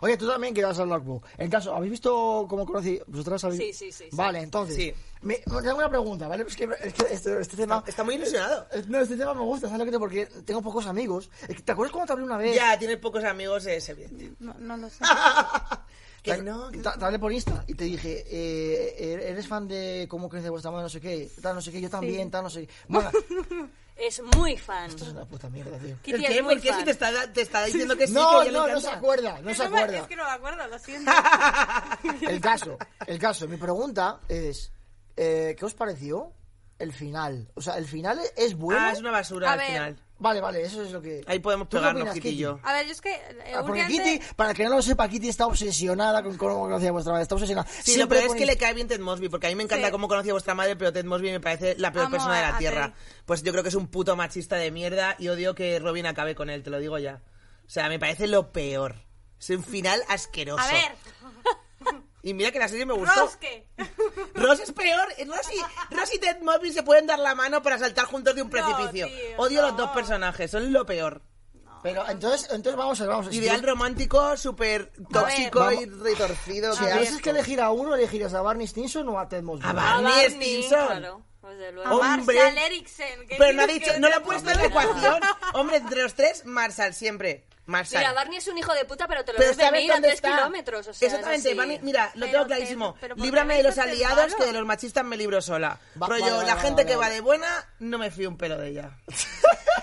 A: Oye, tú también querías hablar Blackbook. En caso, ¿habéis visto cómo conocí? ¿Vosotras habéis?
C: Sí, sí, sí, sí.
A: Vale, entonces.
D: Sí.
A: me- tengo una pregunta, ¿vale? Es que, es que este, este tema.
D: Está muy ilusionado.
A: No, este tema me gusta, ¿sabes lo que te Porque tengo pocos amigos. Es que, ¿Te acuerdas cuando te hablé una vez?
D: Ya, tienes pocos amigos, es evidente.
B: No, no lo sé.
D: Que
A: Tal-
D: no, que-
A: ta- Te hablé por Insta y te dije, eh, ¿eres fan de cómo crece vuestra madre? No sé qué, tal, no sé qué, yo también, tal, no sé qué. Bueno, esto
C: Es muy fan.
A: es una puta mierda, tío.
C: Kitty
D: ¿El qué?
C: es muy
D: ¿Por qué
C: fan.
D: si te está, te está diciendo que sí?
A: no,
D: que ya le
A: no, no
D: encanta?
A: se acuerda, no
B: Es
A: se
B: que me-
A: acuerda.
B: Es que no me acuerdo, lo siento.
A: El caso, el caso. Mi pregunta es, eh, ¿qué os pareció el final? O sea, ¿el final es bueno?
D: Ah, es una basura
B: A
D: al
B: ver.
D: final.
A: Vale, vale, eso es lo que...
D: Ahí podemos
A: ¿Tú qué
D: pegarnos,
A: opinas,
D: Kitty y yo.
B: A ver, yo es que... eh,
A: Ah, Porque
B: últimamente-
A: Kitty, para que no lo sepa, Kitty está obsesionada con cómo conocía vuestra madre. Está obsesionada.
D: Sí, lo
A: Siempre
D: peor es
A: pone-
D: que le cae bien Ted Mosby, porque a mí me encanta
B: Sí.
D: cómo conocía vuestra madre, pero Ted Mosby me parece la peor
B: Amo
D: persona de
B: a-
D: la
B: a
D: Tierra.
B: Ted.
D: Pues yo creo que es un puto machista de mierda y odio que Robin acabe con él, te lo digo ya. O sea, me parece lo peor. Es un final asqueroso.
B: A ver,
D: Y mira que la serie me gustó.
B: Rosque.
D: Ross es peor. Ross y, Ross y Ted Mosby se pueden dar la mano para saltar juntos de un precipicio.
B: tío,
D: Odio los
B: no.
D: dos personajes, son lo peor.
A: Pero entonces, entonces vamos a ver, vamos a ver.
D: Ideal romántico, súper tóxico y retorcido.
A: Si
D: que
A: tuvieses
D: asco.
A: que elegir a uno, ¿elegirías a Barney Stinson o a Ted Mosby?
D: A Barney.
C: A
D: Barney
C: Barney,
D: Stinson. Ah,
C: claro, desde luego.
D: Hombre.
B: A Marshall Eriksen. que
D: Pero no ha
B: dices
D: dicho,
B: que-
D: no lo ha puesto en la ecuación. Hombre, entre los tres, Marshall, siempre. Marshall.
C: Mira, Barney es un hijo de puta, pero te lo
D: pero
C: ves
D: ¿sabes
C: venir a
D: dónde
C: tres
D: está?
C: kilómetros. O sea, es
D: Exactamente,
C: así.
D: Barney, mira, lo
B: Pero
D: tengo
B: Ted-
D: clarísimo.
B: pero ¿por qué
D: Líbrame de los
B: dices que es
D: aliados
B: malo?
D: que de los machistas me libro sola.
A: Va-
D: Rollo,
A: vale, vale,
D: la
A: vale,
D: gente
A: vale,
D: que va
A: vale.
D: de buena, no me fío un pelo de ella.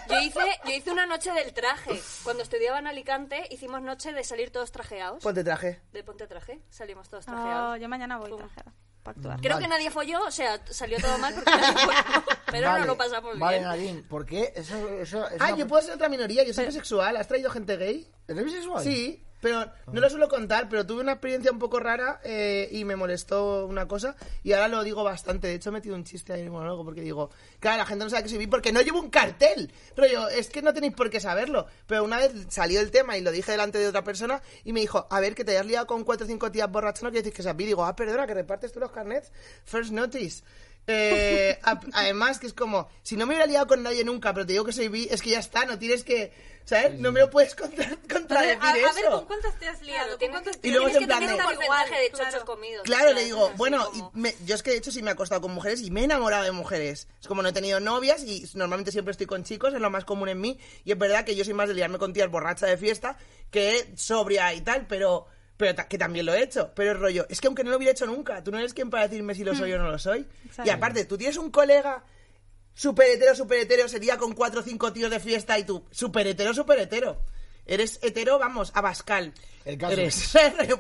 C: Yo hice, yo hice una noche del traje. Cuando estudiaba en Alicante, hicimos noche de salir todos trajeados.
A: Pues
D: Ponte traje.
C: De ponte traje, salimos
D: Ah,
C: todos
B: No,
C: trajeados.
B: yo mañana voy
C: Pum.
B: trajera. Para actuar.
C: Creo
A: Vale.
C: que nadie folló, o sea, salió todo mal porque nadie folló, pero
A: Vale,
C: no lo pasamos
A: Vale,
C: bien.
A: Nadine, ¿por qué? Eso, eso, es
D: Ah,
A: una-
D: yo puedo ser otra minoría, yo soy bisexual. ¿Has traído gente gay?
A: ¿Eres bisexual?
D: Sí, pero no lo suelo contar, pero tuve una experiencia un poco rara eh, y me molestó una cosa y ahora lo digo bastante. De hecho, he metido un chiste ahí en el monólogo porque digo, claro, la gente no sabe que soy bi porque no llevo un cartel. Rollo, es que no tenéis por qué saberlo. Pero una vez salió el tema y lo dije delante de otra persona y me dijo, a ver, que te hayas liado con cuatro o cinco tías borrachas, no quiere decir que seas bi. Digo, ah, perdona, que repartes tú los carnets. First notice. Eh, a- además, que es como, si no me hubiera liado con nadie nunca, pero te digo que soy bi, es que ya está, no tienes que, ¿sabes? No me lo puedes contar,
B: A ver,
D: contradecir
B: a, a ver,
D: eso.
B: ¿con cuántos te has liado? ¿Con cuántos
D: Y luego
C: tienes
D: en
C: que
D: plan
C: tener
D: de-
C: un porcentaje de chochos
B: Claro.
C: comidos. o
D: Claro,
C: sea,
D: le
C: es
D: digo,
C: así
D: bueno,
C: como-
D: y me- yo es que de hecho sí me he acostado con mujeres y me he enamorado de mujeres. Es como no he tenido novias y normalmente siempre estoy con chicos, es lo más común en mí. Y es verdad que yo soy más de liarme con tías borracha de fiesta que sobria y tal, pero, pero ta- que también lo he hecho. Pero el rollo, es que aunque no lo hubiera hecho nunca, tú no eres quien para decirme si lo soy o no lo soy.
B: Hmm. Exacto.
D: Y aparte, tú tienes un colega super hetero, super hetero, sería con cuatro o cinco tíos de fiesta y tú, super hetero, super hetero. Eres hetero, vamos, abascal.
A: El caso
D: Eres.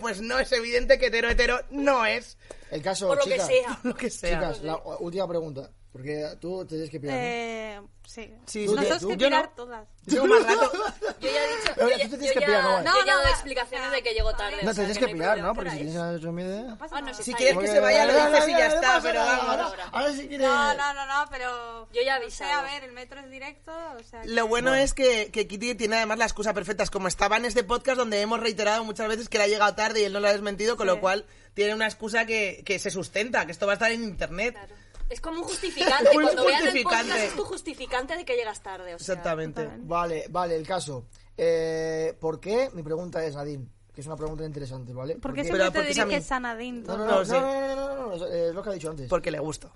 D: pues no, es evidente que hetero, hetero no es.
A: El caso,
C: Por lo que
A: chicas,
C: sea.
D: Lo que sea.
A: Chicas, la última pregunta. Porque tú te tienes que pirar. ¿no?
B: Eh, sí.
D: Sí,
B: Nos
D: sí,
B: tenemos
D: tú.
B: que
D: Yo no.
B: pirar todas.
D: Yo tengo más rato.
C: Yo ya he dicho.
A: No,
C: yo
A: tú
C: ya-
A: te tienes
C: yo
A: que
C: ya-
A: pillar, ¿cómo?
B: No,
C: yo ya
B: no,
C: he dado
B: no.
C: explicaciones de que llego tarde.
A: No,
B: No,
C: o
A: te
C: sea,
A: tienes
C: que
A: que
C: hay
A: pirar, ¿no?
C: problema.
A: Porque si tienes la idea.
C: Ah, no, si
D: Si
C: está
D: quieres
C: ahí.
D: que se vaya, lo dices y ya está, pero
A: ahora,
D: vamos.
A: ahora sí quieres.
B: No, no, no, no, pero...
C: Yo ya he
B: no sé, a
C: avisado.
B: ver, el metro es directo, o sea... que-
D: Lo bueno es que, que Kitty tiene además la excusa perfecta. Es como estaba en este podcast donde hemos reiterado muchas veces que le ha llegado tarde y él no lo ha desmentido, con lo cual tiene una excusa que, que se sustenta, que esto va a estar en internet.
C: Claro. Es como un justificante.
D: Un
C: Cuando vean el
D: justificante.
C: podcast es tu justificante de que llegas tarde. O sea.
D: Exactamente.
A: Vale, vale, el caso. Eh, ¿Por qué? Mi pregunta es, Nadine, que es una pregunta interesante, ¿vale?
B: ¿Por qué
D: Pero
B: siempre te
D: porque es a mí.
B: diriges a Nadine?
A: No, no,
B: tú?
D: No
A: no,
D: lo
A: no,
D: sé.
A: no, no, no, no, no, no, es lo que ha dicho antes.
D: Porque le gusto.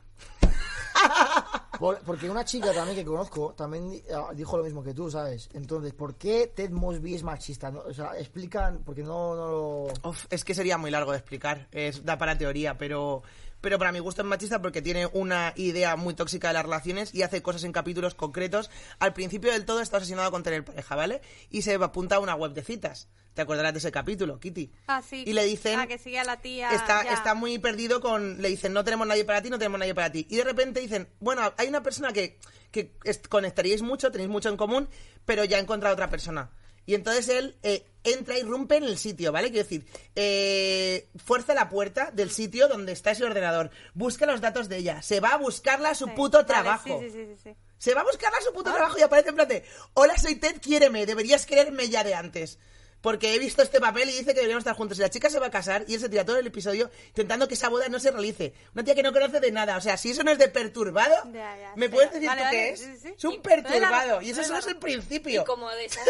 A: Por- Porque una chica también que conozco también di- ah, dijo lo mismo que tú, ¿sabes? Entonces, ¿por qué Ted Mosby es machista? No, o sea, explican, porque no, no lo...
D: Uf, es que sería muy largo de explicar, es, da para teoría, pero, pero para mi gusto es machista porque tiene una idea muy tóxica de las relaciones y hace cosas en capítulos concretos. Al principio del todo está obsesionado con tener pareja, ¿vale? Y se apunta a una web de citas. ¿Te acordarás de ese capítulo, Kitty?
B: Ah, sí.
D: Y le dicen...
B: Ah, que sigue a la tía.
D: Está,
B: ya.
D: está muy perdido con... Le dicen, no tenemos nadie para ti, no tenemos nadie para ti. Y de repente dicen, bueno, hay una persona que, que es- conectaríais mucho, tenéis mucho en común, pero ya he encontrado otra persona. Y entonces él eh, entra y rompe en el sitio, ¿vale? Quiero decir, eh, fuerza la puerta del sitio donde está ese ordenador, busca los datos de ella, se va a buscarla a su
B: Sí.
D: puto
B: Vale,
D: trabajo.
B: sí, sí, sí, sí, sí.
D: Se va a buscarla a su
B: Ah.
D: puto trabajo y aparece en plan de, hola, soy Ted, quiéreme, deberías quererme ya de antes. Porque he visto este papel y dice que deberíamos estar juntos. Y la chica se va a casar y él se tira todo el episodio intentando que esa boda no se realice. Una tía que no conoce de nada. O sea, si eso no es de perturbado,
B: Ya, ya,
D: ¿me
B: sí.
D: puedes decir
B: Vale,
D: tú
B: vale,
D: qué es?
B: sí, sí.
D: Es un
B: Y-
D: perturbado. Y eso solo
B: doy la
D: es el
B: razón.
D: principio.
C: Y como de esas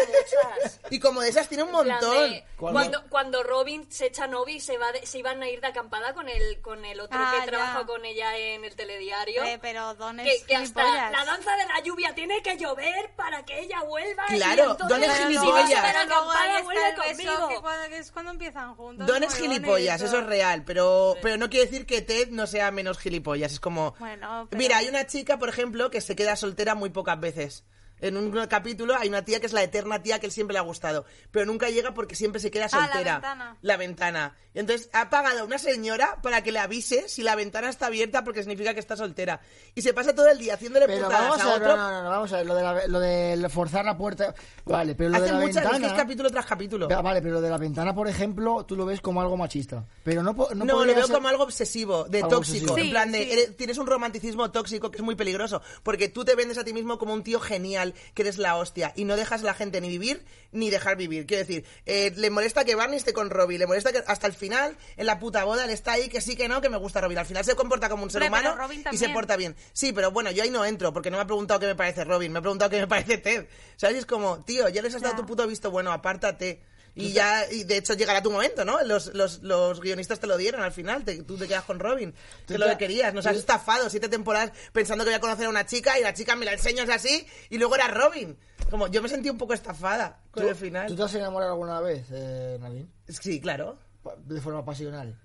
C: muchas.
D: Y como de esas tiene un
C: En plan
D: montón.
C: de-
A: ¿Cuál
C: cuando, cuando Robin se echa novio y se, va de- se iban a ir de acampada con el, con el otro
B: Ah,
C: que
B: ya.
C: trabaja con ella en el telediario.
B: Eh, pero Don es
C: que, que hasta
B: gilipollas.
C: la danza de la lluvia tiene que llover para que ella vuelva. y
D: Claro,
C: entonces-
D: Don es
C: Pero no,
D: gilipollas.
C: si vas a la
B: Pero luego ahí
C: acampada,
B: está
C: vuelve
B: el beso,
C: conmigo.
B: que cuando- que es cuando empiezan juntos.
D: Don es
B: muy
D: gilipollas,
B: bonito.
D: eso es real, pero, pero no quiere decir que Ted no sea menos gilipollas. Es como.
B: Bueno, pero-
D: Mira, hay una chica, por ejemplo, que se queda soltera muy pocas veces. En un capítulo hay una tía que es la eterna tía que él siempre le ha gustado, pero nunca llega porque siempre se queda
B: Ah, la
D: soltera.
B: ventana.
D: La ventana. Y entonces ha pagado a una señora para que le avise si la ventana está abierta porque significa que está soltera. Y se pasa todo el día haciéndole
A: Pero
D: putadas
A: vamos
D: a
A: a ver,
D: otro.
A: no, no, no, vamos a ver, lo de, la, lo de forzar la puerta... Vale, pero lo de
D: Hace
A: la
D: muchas veces,
A: ventana...
D: capítulo tras capítulo.
A: Va- Vale, pero lo de la ventana, por ejemplo, tú lo ves como algo machista. Pero no po-
D: No,
A: No,
D: lo
A: podría
D: veo
A: ser-
D: como algo obsesivo, de
A: Algo
D: tóxico.
A: obsesivo.
D: en
B: Sí,
D: plan de,
B: sí.
D: eres- tienes un romanticismo tóxico que es muy peligroso, porque tú te vendes a ti mismo como un tío genial, que eres la hostia, y no dejas a la gente ni vivir ni dejar vivir. Quiero decir, eh, le molesta que Barney esté con Robbie, le molesta que hasta el final, en la puta boda, él está ahí, que sí, que no, que me gusta Robbie. Al final se comporta como un ser
B: Hombre, pero
D: humano
B: Robin
D: y se
B: también.
D: porta bien. Sí, pero bueno, yo ahí no entro, porque no me ha preguntado qué me parece Robin, me ha preguntado qué me parece Ted. ¿Sabes? Y Es como, tío, ya les has dado
B: Ya.
D: tu puto visto bueno, apártate. Y ya, y de hecho llegará tu momento, ¿no? Los, los, los guionistas te lo dieron al final, te- tú te quedas con Robin, que es lo
A: te-
D: que querías, nos has
A: tú-
D: estafado siete temporadas pensando que voy a conocer a una chica y la chica me la enseñas así y luego era Robin. Como yo me sentí un poco estafada con el final.
A: ¿Tú te has enamorado alguna vez, eh, Nadine?
D: Sí, claro.
A: Pa- De forma pasional.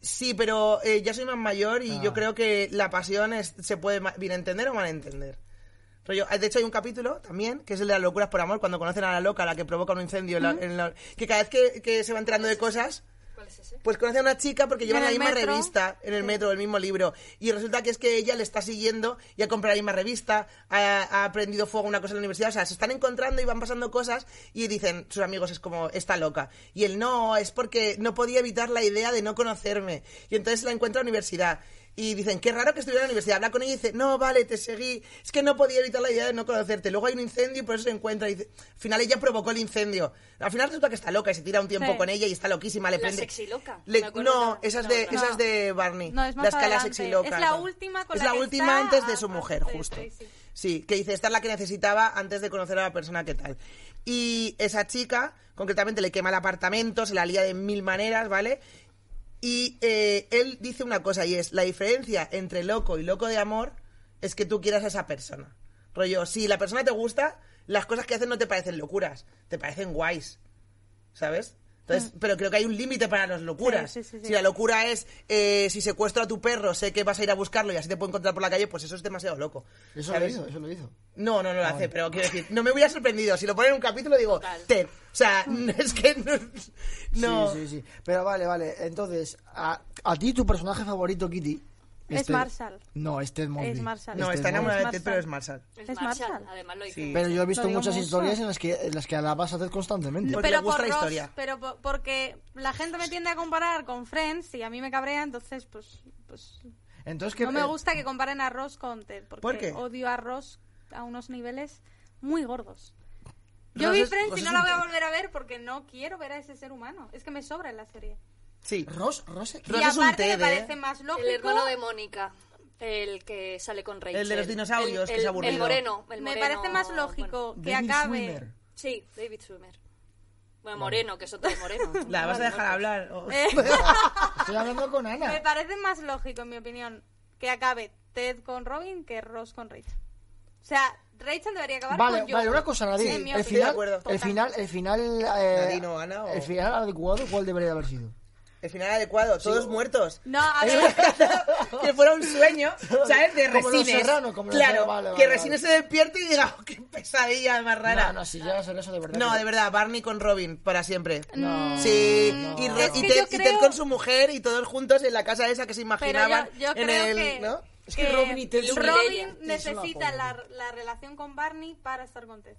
D: Sí, pero eh, ya soy más mayor y
A: Ah.
D: yo creo que la pasión es- se puede ma- bien entender o mal entender. Rollo, eh, de hecho, hay un capítulo también, que es el de las locuras por amor, cuando conocen a la loca, la que provoca un incendio, la- en la- que cada vez que, que se va enterando de cosas,
C: ¿Cuál es ese?
D: pues conoce a una chica porque llevan
B: En
D: la
B: el
D: misma
B: metro.
D: revista en el metro, el mismo libro. Y resulta que es que ella le está siguiendo y ha comprado la misma revista, ha, ha prendido fuego una cosa en la universidad. O sea, se están encontrando y van pasando cosas y dicen, sus amigos, es como, está loca. Y él, no, es porque no podía evitar la idea de no conocerme. Y entonces la encuentra en la universidad. Y dicen, qué raro que estuviera en la universidad. Habla con ella y dice, no, vale, te seguí. Es que no podía evitar la idea de no conocerte. Luego hay un incendio y por eso se encuentra. Y dice, al final ella provocó el incendio. Al final resulta que está loca y se tira un tiempo
B: Sí.
D: con ella y está loquísima. Le
C: La
D: prende-
C: sexy loca.
D: le-
C: Me acuerdo
D: no,
C: de la-
D: esas
C: la
D: de,
C: otra.
D: esas de Barney.
B: No, es más
D: la escala
B: adelante.
D: sexy loca.
B: Es la última con
D: Es
B: la
D: la
B: que
D: última
B: está
D: antes de su
B: a-
D: mujer,
B: antes de
D: justo.
B: Tracy.
D: Sí, que dice, esta es la que necesitaba antes de conocer a la persona que tal. Y esa chica, concretamente, le quema el apartamento, se la lía de mil maneras, ¿vale? Y eh, él dice una cosa y es, la diferencia entre loco y loco de amor es que tú quieras a esa persona. Rollo, si la persona te gusta, las cosas que hacen no te parecen locuras, te parecen guays. ¿sabes? Entonces, pero creo que hay un límite para las locuras.
B: Mm. Sí, sí, sí, sí.
D: Si la locura es eh, si secuestro a tu perro, sé que vas a ir a buscarlo y así te puedo encontrar por la calle, pues eso es demasiado loco.
A: Eso ¿eh?
D: ¿sabes?
A: lo hizo, eso lo hizo.
D: No, no, no lo
A: Ah,
D: hace, pero quiero decir, no me hubiera sorprendido. Si lo ponen en un capítulo, digo,
C: Total.
D: Ted. O sea, no, es que no. no.
A: Sí, sí, sí. Pero vale, vale. Entonces, a, a ti tu personaje favorito, Kitty,
B: Es
A: Este-
B: Marshall.
A: No, este es Mosby.
B: Es Marshall.
D: No,
A: Este
D: está
A: es
D: enamorada de
B: Marshall.
D: Ted, pero es Marshall.
C: Es,
B: Es
C: Marshall.
B: Marshall.
C: Además lo
D: Sí.
C: dijimos.
A: Pero yo he visto
B: Lo digo
A: muchas
B: mucho.
A: historias en las que, en las que alabas a Ted constantemente.
D: Porque le
B: Pero
D: gusta
B: por
D: la
B: Ross,
D: historia.
B: pero po- porque la gente me tiende a comparar con Friends y a mí me cabrea, entonces pues, pues
A: Entonces, que
B: no me gusta que comparen a Ross con Ted, porque
D: ¿Por qué?
B: odio a Ross a unos niveles muy gordos. Yo
A: Ross
B: vi
A: es-
B: Friends
A: Ross
B: y
A: es
B: no
A: un-
B: la voy a volver a ver porque no quiero ver a ese ser humano. Es que me sobra en la serie.
D: Sí.
A: Ross, Ross, ¿qué?
D: Ross
B: y
D: es un
B: aparte
D: Ted,
B: me parece
D: ¿eh?
B: más lógico.
C: El hermano de Mónica, el que sale con Rachel.
D: de los dinosaurios, que es aburrido.
C: El moreno, el
B: me
C: moreno,
B: parece más lógico que
A: David
B: acabe.
A: Schwimmer.
C: bueno. Sí, David Schwimmer. Bueno, moreno, que es otro moreno.
D: ¿La vas a dejar hablar? o-
B: Eh,
A: Estoy hablando con
B: me
A: Ana.
B: parece más lógico, en mi opinión, que acabe Ted con Robin que Ross con Rachel. O sea, Rachel debería acabar
A: Vale,
B: con
A: vale,
B: Joey,
A: una cosa, Nadine.
B: en mi
A: el,
B: opinión.
A: final,
D: acuerdo.
A: el final, el final, eh,
D: Nadine o Ana o-
A: el final adecuado, ¿cuál debería haber sido?
D: El final adecuado, todos muertos.
B: No, a
A: Eh,
B: ver,
D: que fuera un sueño, ¿sabes? De
A: Como los
D: resines.
A: Serrano, como los
D: claro,
A: Serrano, vale,
D: que
A: vale,
D: resines se despierte y diga, "Oh, qué pesadilla más rara.
A: No, no, si ya eso de verdad.
D: No,
A: que-
D: de verdad, Barney con Robin, para siempre.
A: No.
D: Sí, y, Ro-
B: Mm. Es
D: y
B: que
D: Ted,
B: yo
D: y Ted
B: creo-
D: con su mujer y todos juntos en la casa esa que se
B: pero
D: imaginaban
B: yo, yo
D: en
B: creo
D: el...
B: que,
D: ¿no?
A: Es que Robin y Ted son-
C: Mirella.
B: Robin
A: son la
B: necesita
A: polla.
B: la, la relación con Barney para estar con Ted.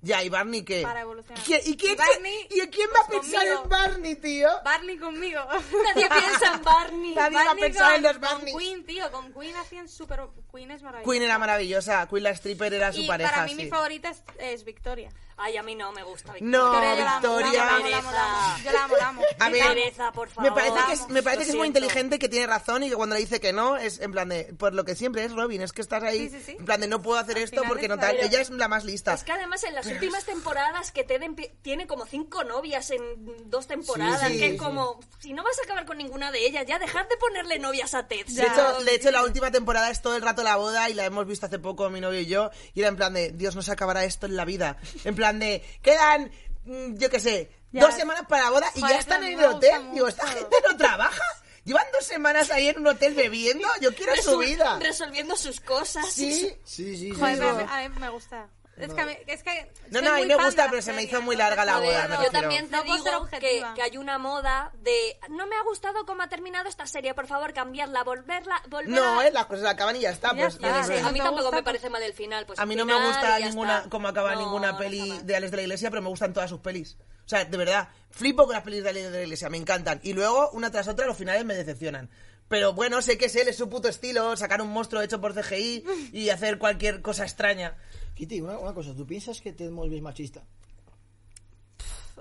D: Ya, ¿y Barney qué?
B: Para
D: ¿Y
B: evolucionar.
D: quién- ¿Y quién,
B: Y Barney,
D: y quién va a
B: pues,
D: pensar
B: conmigo.
D: en Barney, tío?
B: Barney conmigo.
C: Nadie piensa en Barney.
D: Nadie va a
B: Barney
D: pensar en
B: con-
D: los Barneys.
B: Con Queen, tío, con Queen hacían super... Queen es maravillosa.
D: Queen era maravillosa, Queen la stripper era su
B: y
D: pareja,
B: para mí
D: sí.
B: mi favorita es, es Victoria.
C: Ay, a mí no me gusta. Victoria.
D: No,
B: Victoria, yo la amo,
D: Victoria.
B: la amo, la amo, la amo, Yo la amo, la amo.
D: A ver,
C: Pereza, por favor.
D: me parece que es, me parece
C: Lo
D: que es muy
C: siento.
D: inteligente, que tiene razón y que cuando le dice que no, es en plan de, por lo que siempre es Robin, es que estás ahí,
B: Sí, sí, sí.
D: en plan de no puedo hacer esto
B: final
D: porque
B: es
D: no tal.
B: la-
D: Ella es la más lista.
C: Es que además en las últimas temporadas que Ted empie- tiene como cinco novias en dos temporadas,
A: Sí, sí,
C: que es
A: sí.
C: como, si no vas a acabar con ninguna de ellas, ya dejar de ponerle novias a Ted.
D: De
C: ¿sabes?
D: hecho, de hecho, la última temporada es todo el rato la boda y la hemos visto hace poco mi novio y yo. Y era en plan de, Dios, no se acabará esto en la vida. En plan de, quedan, mm, yo qué sé,
B: Ya.
D: dos semanas para la boda y
B: Joder,
D: ya están
B: a mí
D: en
B: me
D: el
B: gusta
D: hotel. Digo, ¿esta
B: mucho.
D: gente no trabaja? Llevan dos semanas ahí en un hotel bebiendo. Yo quiero su
C: Resol-
D: vida.
C: Resolviendo sus cosas.
D: Sí.
A: Sí, sí, sí.
B: Joder,
A: sí.
B: pero a, mí, a mí me gusta. Es que a mí, es que
D: No,
B: soy
D: no, a mí
B: muy
D: me
B: fan
D: gusta,
B: de la
D: pero se me
B: serie,
D: hizo muy
B: entonces
D: larga la
B: no puedo-
D: boda, me
C: yo
D: refiero.
C: también te
B: No puedo ser
C: digo que,
B: objetiva.
C: que hay una moda de no me ha gustado cómo ha terminado esta serie, por favor, cambiarla, volverla, volverla.
D: No, eh, las cosas acaban y ya está.
B: Ya
D: pues,
B: está,
D: yo qué sé.
B: sí.
C: a mí
B: no te
C: tampoco
B: gusta,
C: me
B: pues-
C: parece mal el final. Pues
D: A mí
C: el
D: no me
C: final
D: gusta
C: y ya
D: ninguna,
C: está.
D: cómo acaba
C: No,
D: ninguna
C: no
D: peli
C: acaba.
D: de Alex de la Iglesia, pero me gustan todas sus pelis. O sea, de verdad, flipo con las pelis de Alex de la Iglesia, me encantan. Y luego, una tras otra, los finales me decepcionan. Pero bueno, sé que es él, es su puto estilo, sacar un monstruo hecho por CGI y hacer cualquier cosa extraña.
A: Kitty, una, una cosa, ¿tú piensas que Ted Mosby es machista?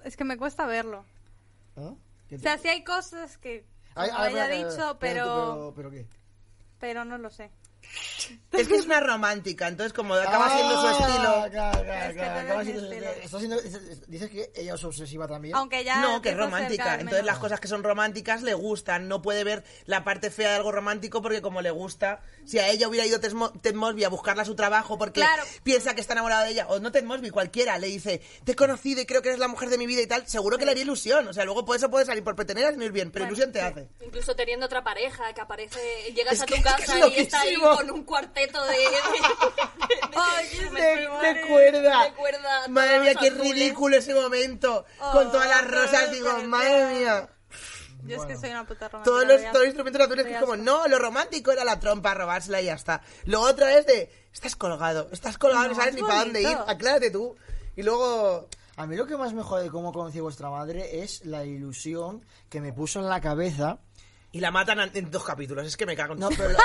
B: Es que me cuesta verlo.
A: ¿Ah? ¿Qué
B: O
A: te-
B: sea, sí hay cosas que
A: Ay,
B: como
A: ay,
B: haya
A: espera,
B: dicho,
A: espera,
B: pero,
A: pero... ¿Pero qué?
B: pero no lo sé.
D: Es que es una romántica, entonces como acaba siendo su
A: Ah, claro,
D: estilo...
A: claro,
B: Es
A: claro,
B: que tiene
A: acaba
B: mi
A: siendo su
B: estilo.
A: estilo. Está siendo- es- dices que ella es obsesiva también.
B: Aunque ya
D: no, que es
B: empiezo a
D: romántica.
B: acercarme,
D: Entonces
B: ¿no?
D: las cosas que son románticas le gustan. No puede ver la parte fea de algo romántico porque como le gusta, si a ella hubiera ido Ted Mo- Ted Mosby a buscarla a su trabajo porque
B: Claro.
D: piensa que está enamorado de ella, o no Ted Mosby, cualquiera, le dice, te he conocido y creo que eres la mujer de mi vida y tal, seguro que le haría ilusión. O sea, luego por eso puede salir por preteneras y no ir bien, pero ilusión te hace.
C: Incluso teniendo otra pareja que aparece, llegas
D: Es
C: a
D: que-
C: tu
D: es que
C: casa
D: es
C: y está ahí
D: loquísimo.
C: con un cuarteto de. de- de-
B: Oye,
C: de-
D: Me,
C: de-
D: me cuerda.
C: me
B: Ah,
C: cuerda
D: Madre
C: todos
D: mía,
C: los
D: qué
B: ¿eh?
C: azules.
D: ridículo ese momento. con todas las rosas, digo,
B: pero-
D: madre mía.
B: Yo es que soy una puta romántica.
D: Todos los,
B: ya.
D: todos los instrumentos naturales que es como, no, lo romántico era la trompa, robársela y ya está. Lo otro es de, estás colgado, estás colgado, no,
B: No,
D: sabes ni
B: es
D: para dónde ir,
B: bonito.
D: aclárate tú. Y luego,
A: A mí lo que más me jode de cómo conocí a vuestra madre es la ilusión que me puso en la cabeza.
D: y la matan an- en dos capítulos, es que me cago en
A: No,
D: todo.
A: pero la-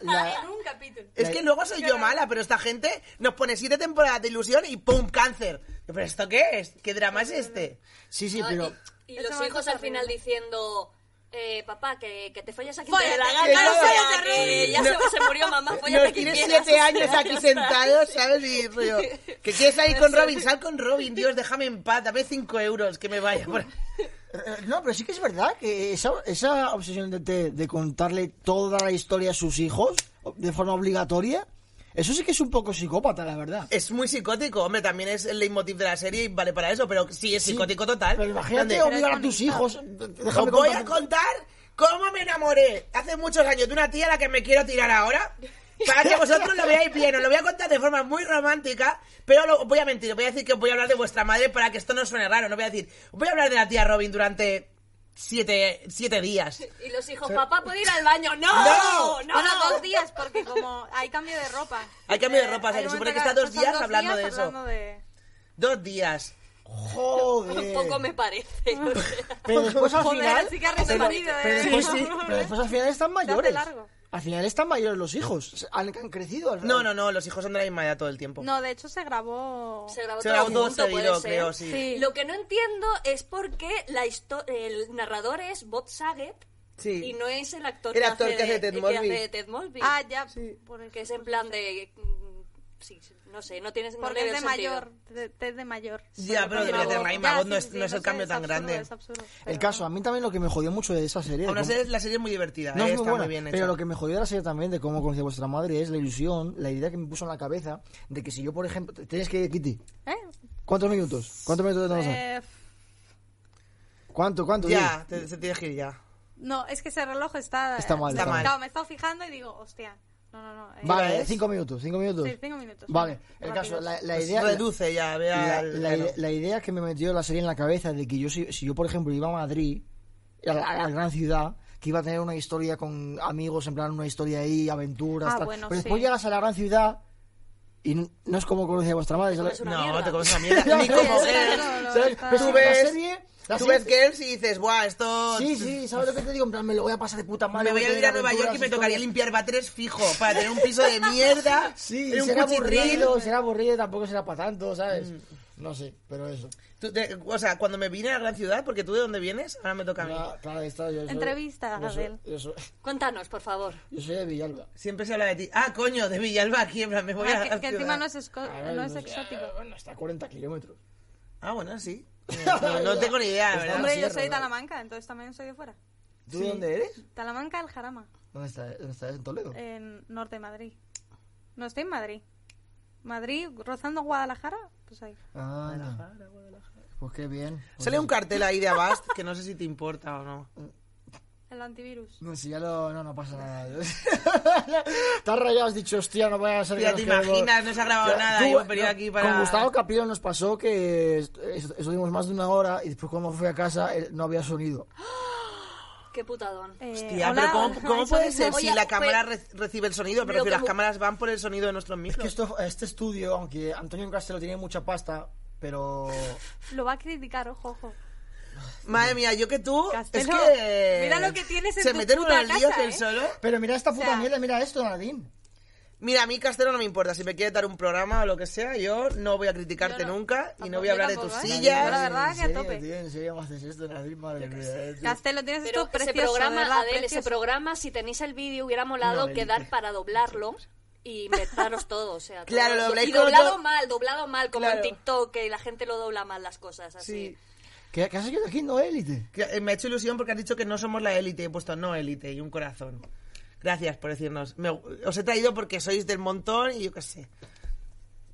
A: la- la-
B: En un capítulo.
D: Es que luego soy yo mala, pero esta gente nos pone siete temporadas de ilusión y ¡pum! ¡Cáncer! ¿Pero esto qué es? ¿Qué drama es este?
A: sí, sí,
C: No, y-
A: pero...
C: y,
B: Ese
C: los
B: momento
C: hijos
B: es
C: al final
B: horrible.
C: diciendo. Eh, papá, que, que te follas a quien te dé la
D: Fóllate,
C: gana.
D: que no,
C: Claro, o sea,
D: no,
C: que ya
D: no.
C: se, se murió
B: Ah,
C: mamá.
B: pues
C: Fóllate
D: Nos
C: a quien
D: tienes
C: quieras,
D: siete
C: o sea,
D: años aquí
C: ya está.
D: sentados, ¿sabes? Y rollo, que quieres salir con Robin, sal con Robin, Dios, déjame en paz, dame cinco euros, que me vaya. por-
A: Eh, No, pero sí que es verdad que esa, esa obsesión de, de- de contarle toda la historia a sus hijos de forma obligatoria, eso sí que es un poco psicópata, la verdad.
D: Es muy psicótico, hombre, también es el leitmotiv de la serie y vale para eso, pero sí es
A: Sí,
D: psicótico total.
A: Pero imagínate
D: Donde,
A: obligar a tus hijos.
D: Os
A: Déjame
D: voy
A: contar-
D: a contar cómo me enamoré hace muchos años de una tía a la que me quiero tirar ahora. Para que vosotros lo veáis bien, os lo voy a contar de forma muy romántica, pero lo, os voy a mentir, os voy a decir que os voy a hablar de vuestra madre para que esto no suene raro, no voy a decir, os voy a hablar de la tía Robin durante siete, siete días.
C: Y los hijos, papá, ¿puedo ir al baño? ¡No!
D: No,
C: ¡No!
B: Bueno, dos días, porque como hay cambio de ropa.
D: Hay cambio de ropa, o sea,
B: hay
D: que
B: un
D: supone
B: momento
D: que está dos
B: son
D: días hablando de
B: días
D: eso.
B: hablando de-
D: Dos días.
A: Joder.
C: Tampoco me parece. o sea.
A: Pero después Pues al
B: Joder,
A: final.
B: así que ha
A: pero,
B: respondido, ¿eh?
A: pero después,
B: Sí, sí.
A: pero después al final están mayores.
B: largo.
A: Al final están mayores los hijos. Se- Han, han crecido. al-
D: No, no, no, los hijos son de la misma edad todo el tiempo.
B: No, de hecho se grabó.
C: Se grabó
D: Se
C: todo
D: grabó todo
C: junto,
D: seguido,
C: puede ser.
D: creo, sí.
B: Sí.
C: Lo que no entiendo es por qué la histo- el narrador es Bob Saget
D: Sí.
C: y no es el actor,
D: El actor que hace Ted
C: que
D: Mosby.
C: hace de Ted Mosby.
B: Ah, ya. Por el
C: que
B: que
C: es en plan de... mm, Sí, no sé, no tienes... no
B: Porque
C: le
B: es
C: veo
B: de
C: sentido.
B: mayor. de- Tez de mayor.
D: Ya, pero
B: Porque
D: debería tener
B: luego-
D: la misma
B: ya,
D: voz, no
B: sí,
D: es-
B: sí,
D: no es el
B: sé,
D: cambio tan
B: absurdo,
D: grande.
B: es absurdo,
A: El
B: pero-
A: caso, a mí también lo que me jodió mucho de esa serie. de
D: Aún
A: cómo-
D: así, la serie es muy divertida,
A: No
D: eh,
A: es muy
D: está
A: buena,
D: muy bien hecha.
A: pero lo que me jodió de la serie también, de cómo conocí a vuestra madre, es la ilusión, la idea que me puso en la cabeza de que si yo, por ejemplo, te- tienes que ir, Kitty,
B: ¿Eh?
A: ¿cuántos minutos? ¿Cuántos minutos tenemos?
B: Eh,
A: ¿Cuánto? ¿Cuánto?
D: Ya, te, te tienes que ir ya.
B: no, es que ese reloj está.
A: Está mal,
D: está mal.
B: Claro, me he estado fijando y digo, hostia. No, no, no. eh,
A: Di. Vale,
D: ¿Ves?
A: cinco minutos, cinco minutos.
B: Sí, cinco minutos.
A: Vale, el
B: Rápido.
A: caso, la, la
D: Pues
A: idea...
D: reduce ya,
A: la,
D: vea.
A: la ide- la idea que me metió la serie en la cabeza de que yo, si, si yo por ejemplo, iba a Madrid, a la, a la gran ciudad, que iba a tener una historia con amigos, en plan, una historia ahí, aventuras,
B: Ah,
A: tal.
B: bueno,
A: Pero después
B: sí.
A: llegas a la gran ciudad y no, no es como conocí a vuestra madre. ¿sabes?
C: una
D: No,
C: mierda.
D: te comes una mierda.
A: Ya,
D: Ni
A: ya,
D: como
A: ya,
D: Girls.
B: no, no,
D: ¿Sabes?
B: está-
D: Tú
A: Pero
D: ves,
A: la serie- la
D: tú
A: serie-
D: ves Girls y dices, buah, esto...
A: Sí, sí, ¿sabes lo que te digo? En plan, me lo voy a pasar de puta madre.
D: Me voy a
A: tener
D: ir a Nueva
A: aventuras,
D: York y me
A: historias.
D: tocaría limpiar batres fijo para tener un piso de mierda.
A: Sí,
D: tener un
A: será
D: cuchitril. Mm.
A: aburrido, será aburrido, tampoco será para tanto, ¿sabes? No sé, pero eso.
D: Tú te- o sea, cuando me vine a la gran ciudad, porque tú de dónde vienes, ahora me toca a mí.
A: Claro, claro, ahí está, yo soy-
B: Entrevista,
A: yo soy-
B: Gabriel.
A: Yo soy,
C: Cuéntanos, por favor.
A: yo soy de Villalba.
D: Siempre se habla de ti. Ah, coño, de Villalba aquí, en plan, me voy a la
B: Ah, que,
D: gran
B: que
D: ciudad.
B: encima no es, esco-
A: A ver,
B: no es
A: sé,
B: exótico.
A: ah, Bueno, está a 40 kilómetros.
D: Ah, bueno, sí. No, no tengo ni idea,
A: Pues,
D: ¿verdad?
B: Hombre, yo
A: Sierra,
B: soy de
A: ¿no?
B: Talamanca, entonces también soy de fuera.
A: ¿Tú de dónde eres?
B: Talamanca, el Jarama,
A: ¿Dónde estás? ¿Dónde estás? ¿En Toledo?
D: Eh,
B: en norte de Madrid. No estoy en Madrid. Madrid, rozando Guadalajara, pues ahí.
A: Ah, Guadalajara, Pues qué bien. Pues
D: Sale un cartel ahí de Avast que no sé si te importa o no.
B: El antivirus.
A: Pues, No, si ya lo... No, no pasa nada. Te has rayado, has dicho, hostia, no voy a ser... que
D: Tía,
A: nos
D: te
A: quedemos-
D: imaginas, no se ha grabado
A: Ya,
D: nada.
A: tú,
D: Hemos venido
A: no,
D: aquí para.
A: Con Gustavo Caprillo nos pasó que est- est- estuvimos más de una hora y después cuando fui a casa eh, no había sonido.
C: Qué putadón.
B: Eh,
D: Tía,
B: hola,
D: pero ¿cómo, cómo
B: soy-
D: puede ser
C: Oye,
D: si la
C: pues-
D: cámara re- recibe el sonido? Pero
C: Lo
D: si
C: que
D: las
C: bu-
D: cámaras van por el sonido de nuestros
A: Es que
D: micros.
A: esto, este estudio, aunque Antonio Castelo tiene mucha pasta, pero...
B: Lo va a criticar, ojo, ojo.
D: Madre mía, yo que tú.
B: Castelo,
D: es que.
B: mira lo que tienes en
D: Se
B: tu
D: meten
B: puta
D: unos líos
B: casa,
D: él
B: ¿eh?
D: solo.
A: Pero mira esta puta
B: sea-
A: mierda, mira esto, Nadine.
D: Mira, a mí Castelo no me importa. Si me quieres dar un programa o lo que sea, yo no voy a criticarte
B: Yo no.
D: nunca y no
B: Tampoco,
D: voy a
B: yo
D: hablar de tus
B: tampoco, ¿eh?
D: sillas.
B: Yo la verdad
A: ¿En
B: que a
A: serio,
B: tope.
A: tío? ¿En serio me haces esto, Nadine? Madre mía, eh, tío.
B: Castelo, tienes
C: Pero
B: esto
C: ese
B: precioso, de
C: programa,
B: verdad,
C: Adel, ese
B: precioso.
C: programa, si tenéis el vídeo, hubiera molado
A: No,
C: quedar
A: Eli.
C: para doblarlo y inventaros todo. O sea, todo-
D: Claro, lo dobláis
C: y
D: con
C: doblado
D: otro-
C: mal, doblado mal, como
D: Claro.
C: en TikTok, que la gente lo dobla mal las cosas, así.
D: Sí.
A: ¿Qué, qué has hecho aquí? No, élite.
D: Que, eh, Me ha hecho ilusión porque has dicho que no somos la élite. He puesto no élite y un corazón. Gracias por decirnos. Me- os he traído porque sois del montón y yo qué sé.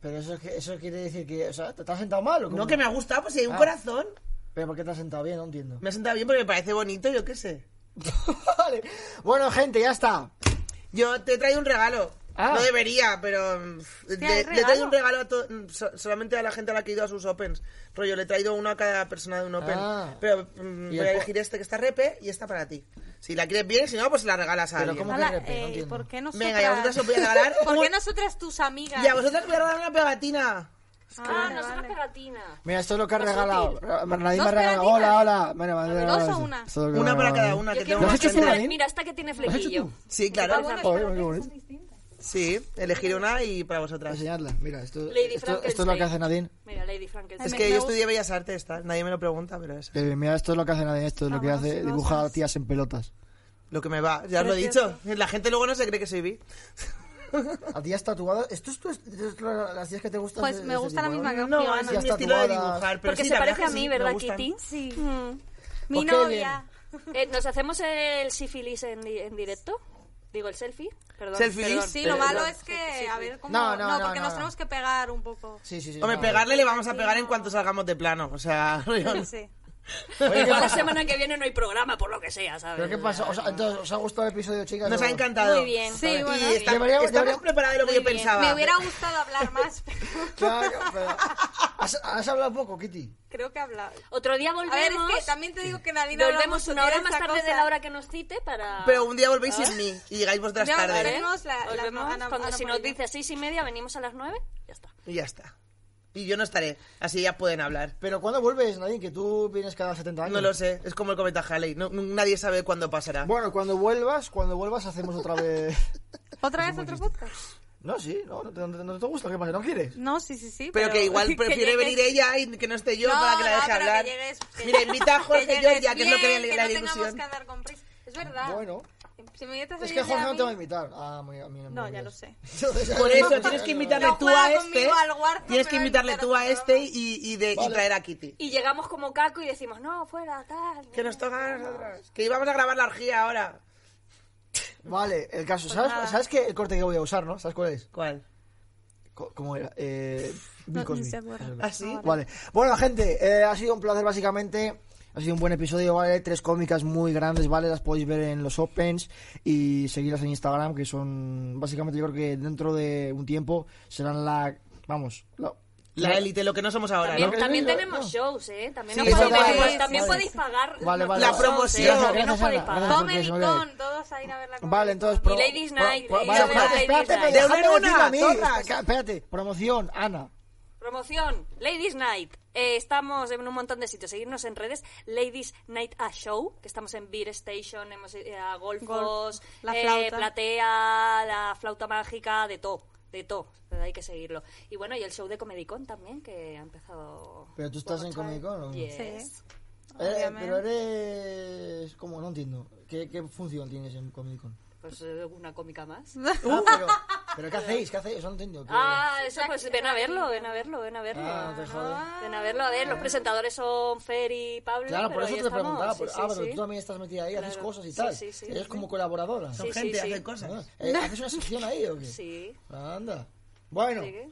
A: Pero eso, es que- eso quiere decir que... O sea, ¿te, te has sentado mal o cómo?
D: No, que me ha gustado, pues si hay un
A: Ah.
D: corazón.
A: ¿Pero por qué te has sentado bien? No entiendo.
D: Me ha sentado bien porque me parece bonito, yo qué sé.
A: vale. Bueno, gente, ya está.
D: Yo te he traído un regalo.
A: Ah.
D: No debería, pero mm, le,
B: Tía, ¿hay
D: le he traído
B: regalo?
D: un regalo a to- mm, so- solamente a la gente a la que he ido a sus opens. Rollo, le he traído uno a cada persona de un open.
A: Ah.
D: Pero mm,
A: Y
D: voy
A: el
D: a
A: po-
D: elegir este que está repe y esta para ti. Si la quieres bien, si no, pues la regalas a
A: Pero
D: alguien.
A: ¿cómo
B: Ala,
A: que repito? No
B: eh,
A: entiendo.
B: ¿Por qué nosotras?
D: Venga, y a vosotras os voy a regalar
B: ¿Por qué
D: un-
B: nosotras tus amigas?
D: Y a vosotras voy a regalar una pegatina.
A: pues,
B: Ah,
C: Ah,
B: vale,
C: no es una
B: vale.
C: pegatina.
A: Mira, esto es lo que ha regalado. Ra- Nadine
B: ¿Dos
A: me ha regalado.
B: pegatinas?
A: Hola, hola. Mira, me ha regalado
B: ¿Dos o
A: eso.
B: una?
A: Esto es lo que me
D: Una
A: ha
D: para
A: regalado.
D: cada una, que
C: Yo
D: tengo
C: quiero
A: ¿Lo has
D: más
A: hecho tú,
D: gente.
A: David?
C: Mira, esta que tiene
A: ¿Lo has hecho
C: flequillo.
A: tú?
D: Sí,
B: Vamos
D: claro.
B: a-
A: Joder, qué bonito.
D: Sí, elegir una y para vosotras.
A: Enseñadla. Mira, esto,
C: Lady
A: esto, esto es lo que hace
C: Frankenstein.
A: Nadine.
C: Mira, Lady Frankenstein.
D: Es
B: Me-
D: que
B: me
D: yo
B: gusta.
D: estudié Bellas Artes, tal. Nadie me lo pregunta, pero es
A: Eh, Mira, esto es lo que hace Nadine. Esto es lo que
B: Vamos,
A: hace.
B: vamos.
A: Dibuja a tías en pelotas.
D: lo que me va. Ya os lo he dicho.
B: Precioso.
D: La gente luego no se cree que soy bi.
A: A tías tatuadas. ¿Esto es, tu- esto es la- las tías que te gustan?
B: Pues
A: de-
B: me
A: de
B: gusta la
A: tipo,
B: misma
A: ¿no?
B: que
D: No,
B: Fiona.
D: ese es mi
A: Tías
D: estilo de
A: tatuadas.
D: dibujar. Pero
C: Porque
D: sí,
C: se
D: la verdad
C: parece a
D: es que sí,
C: mí,
D: me
C: ¿verdad,
D: gustan.
C: Kitty?
B: Sí.
C: Mm.
A: Pues
B: Mi
A: qué
B: novia.
C: Eh, ¿Nos hacemos el sífilis en, di- en directo? Digo, el selfie. Perdón.
D: Selfilis.
C: perdón.
B: Sí,
D: Pero-
B: lo malo
D: no,
B: es que, a ver
A: Pues
B: cómo...
A: No, no, no,
B: porque
A: no,
B: nos
A: no.
B: tenemos que pegar un poco.
A: Sí, sí, Ah, sí.
D: Hombre,
A: no.
D: pegarle le vamos a pegar en cuanto salgamos de plano. O sea,
B: Sí,
D: yo-
B: sí.
A: Oye, ¿qué
C: Igual la
A: pasa?
C: semana que viene no hay programa, por lo que sea, ¿sabes?
A: ¿Pero qué pasa? O sea, entonces, ¿os ha gustado el episodio, chicas?
D: nos
A: ¿O-
D: ha encantado.
C: Muy bien.
B: Sí,
D: Y
B: bueno.
D: está,
A: Deberíamos-
D: está más
A: deberíamos-
D: preparada de lo que
C: Muy
D: yo
C: bien.
D: pensaba.
B: Me hubiera gustado hablar más, pero...
A: Claro, pero- ¿Has, has hablado poco, Kitty?
B: Creo que he hablado.
C: Otro día volvemos.
B: A ver, es que también te digo que Nadine habla
C: volvemos
B: mucho
C: una hora
B: de
C: más
B: esta
C: tarde de
B: cosa.
C: la hora que nos cite para. ¿eh?
D: Pero un día volvéis sin mí y llegáis vosotras
B: Ya
D: tarde.
B: volveré. Volvemos la- la-
C: Volvemos.
B: Ana-
C: cuando
B: Ana
C: si nos
B: Molina.
C: dice seis y media, venimos a las nueve. Ya está.
D: Y ya está. Y yo no estaré. Así ya pueden hablar.
A: ¿Pero cuándo vuelves, Nadine? Que tú vienes cada 70 años.
D: No lo sé. Es como el cometa Halley. No- no- nadie sabe cuándo pasará.
A: Bueno, cuando vuelvas, cuando vuelvas hacemos otra vez...
B: ¿Otra vez otro podcast?
A: No, sí, no, no te, no te- no te gusta, ¿qué pasa? ¿No quieres?
B: No, sí, sí, sí.
D: pero, que igual prefiere
B: llegues-
D: venir ella y que no esté yo
B: No,
D: para que la
B: no,
D: deje
B: pero que
D: hablar.
B: llegues- que-
D: Mira, invita a Jorge y
B: llegues
D: Georgia, que es lo que
B: bien,
D: le- la
B: no tengamos
D: ilusión.
B: que andar con prisa. Es verdad.
A: Bueno.
B: Si me invitas a
A: Es que
B: Georgia
A: Jorge
B: a
A: no te va a
B: mí-
A: invitar. Ah, muy- a mí no, me
B: No, ya
A: digas.
B: lo sé.
A: Entonces,
D: Por
A: ya no me
D: eso tienes que
A: gusta.
D: invitarle
B: No
D: tú a
B: juega
D: este.
B: conmigo al Warzone,
D: Tienes que
B: pero
D: invitarle
B: invitar a
D: tú a
B: otro
D: este
B: programa.
D: y, y de, y
A: Vale.
D: traer a Kitty.
C: Y llegamos como caco y decimos, no, fuera, tal.
D: Que nos toca a nosotras. Que íbamos a grabar la orgía ahora.
A: Vale, el
B: Pues
A: caso, ¿sabes, ¿sabes qué? El corte que voy a usar, ¿no? ¿Sabes cuál es?
D: ¿Cuál?
A: Co- ¿Cómo era? Eh, Bill
B: No, ni
A: Cosby.
B: se acuerda.
D: ¿Ah, sí?
A: Vale. Bueno, gente, eh, ha sido un placer básicamente. Ha sido un buen episodio, ¿vale? Tres cómicas muy grandes, ¿vale? Las podéis ver en los Opens y seguirlas en Instagram, que son básicamente yo creo que dentro de un tiempo serán la... Vamos, la-
D: La élite, lo que no somos ahora,
C: También,
D: ¿no?
C: también
A: No, no,
C: tenemos
A: no.
C: shows, ¿eh? También,
D: Sí,
C: nos podéis-
A: vale,
C: también-
A: sí,
C: también
A: sí.
C: podéis pagar
A: Vale, vale,
D: La
C: los
D: promoción.
C: shows, ¿eh?
D: Gracias,
C: También nos
A: gracias, Ana,
D: Ah,
C: podéis pagar.
A: gracias. porque
B: Comedy
A: se me había
B: Con, todos a ir a ver la
A: Vale,
B: Comedy
A: entonces...
B: Con.
A: pro-
C: Ladies
A: pro-
C: Night,
A: pro-
C: eh,
A: vale,
C: yo veo
A: espérate,
C: Ladies
A: espérate,
C: Night.
A: pero
D: De
A: déjame
D: una,
A: decirlo a mí.
D: zorras.
A: Espera, Espérate, promoción, Ana.
C: Promoción, Ladies Night. Eh, estamos en un montón de sitios. Seguirnos en redes. Ladies Night a Show, que estamos en Beer Station, hemos ido a golfos,
B: Golf, la
C: eh,
B: flauta.
C: platea, la flauta mágica, de todo. De todo. Pero Hay que seguirlo. Y bueno, y el show de Comedicón también, que ha empezado.
A: Pero tú estás en Comic Con, ¿no?
C: Yes.
B: Sí.
A: Eh,
B: Obviamente.
A: pero eres... ¿Cómo? No entiendo. ¿Qué, qué función tienes en Comic Con?
C: Pues eh, una cómica más.
A: Ah, pero, pero ¿qué hacéis? ¿Qué hacéis? Eso no entiendo. ¿Qué-
C: Uh. Ah, eso pues ven a verlo, ven a verlo, ven a verlo.
A: Ah, te jodes.
C: Ven a verlo, a ver,
B: Ah.
C: los presentadores son Fer y Pablo.
A: Claro, por
C: pero
A: eso
C: ahí
A: te lo
C: estamos.
A: preguntaba.
C: Sí,
A: pero-
C: sí,
A: ah, pero
C: sí.
A: tú también estás metida ahí, haces
C: Claro.
A: cosas y
C: Sí,
A: tal.
C: sí, sí.
A: Eres como colaboradora.
C: Sí, sí,
D: Gente,
C: sí.
D: hace cosas.
A: Ah, eh, ¿Haces una sección ahí o qué?
C: Sí.
A: Anda. Bueno,
C: Sigue.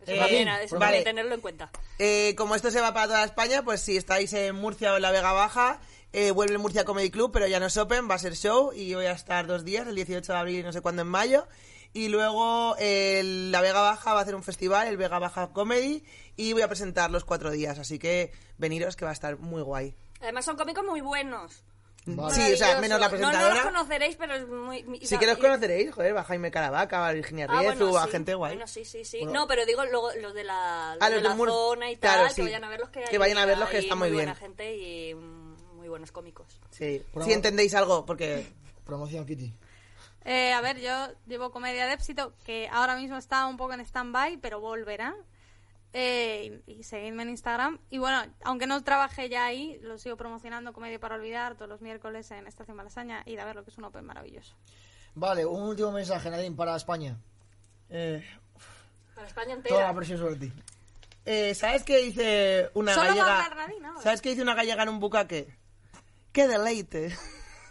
C: Eso
D: Eh,
C: también, eso
D: vale.
C: también tenerlo en cuenta.
D: Eh, como esto se va para toda España, pues si estáis en Murcia o en la Vega Baja, eh, vuelve el Murcia Comedy Club, pero ya no es open, va a ser show y voy a estar dos días, el 18 de abril y no sé cuándo en mayo. Y luego eh, la Vega Baja va a hacer un festival, el Vega Baja Comedy, y voy a presentar los cuatro días, así que veniros que va a estar muy guay.
C: Además son cómicos muy buenos.
A: Vale.
D: Sí, o sea, menos la
C: No, No los
D: presentadora.
C: conoceréis, pero es muy... muy-
D: sí que los conoceréis, joder, va Jaime Caravaca, va Virginia
C: Ah,
D: Riezu,
C: bueno,
D: va
C: sí.
D: gente guay.
C: Bueno, sí, sí, sí. No, pero digo luego los de la, los
D: Ah,
C: de
D: los de
C: la
D: Mur-
C: zona y tal,
D: claro,
C: que
D: sí.
C: vayan a verlos que,
D: Que
C: hay
D: vayan a verlos, que
C: ahí
D: está muy bien.
C: buena gente y mm, muy buenos cómicos.
D: Sí,
A: Por
D: si
A: favor.
D: entendéis algo, porque...
A: promoción, Kitty.
B: Eh, a ver, yo llevo comedia de éxito, que ahora mismo está un poco en stand-by, pero volverá. Eh, y, y seguidme en Instagram. Y bueno, aunque no trabaje ya ahí, lo sigo promocionando Comedia para Olvidar todos los miércoles en Estación Malasaña. Y a ver lo que es un open maravilloso.
A: Vale, un último mensaje, Nadine, para España.
D: eh,
C: Para
A: Toda
C: España
A: la
C: entera.
A: presión sobre ti.
D: Eh, ¿Sabes qué dice una
B: Solo va a
D: gallega?
B: hablar Nadine ahora.
D: ¿Sabes qué dice una gallega en un bucaque? ¡Qué deleite!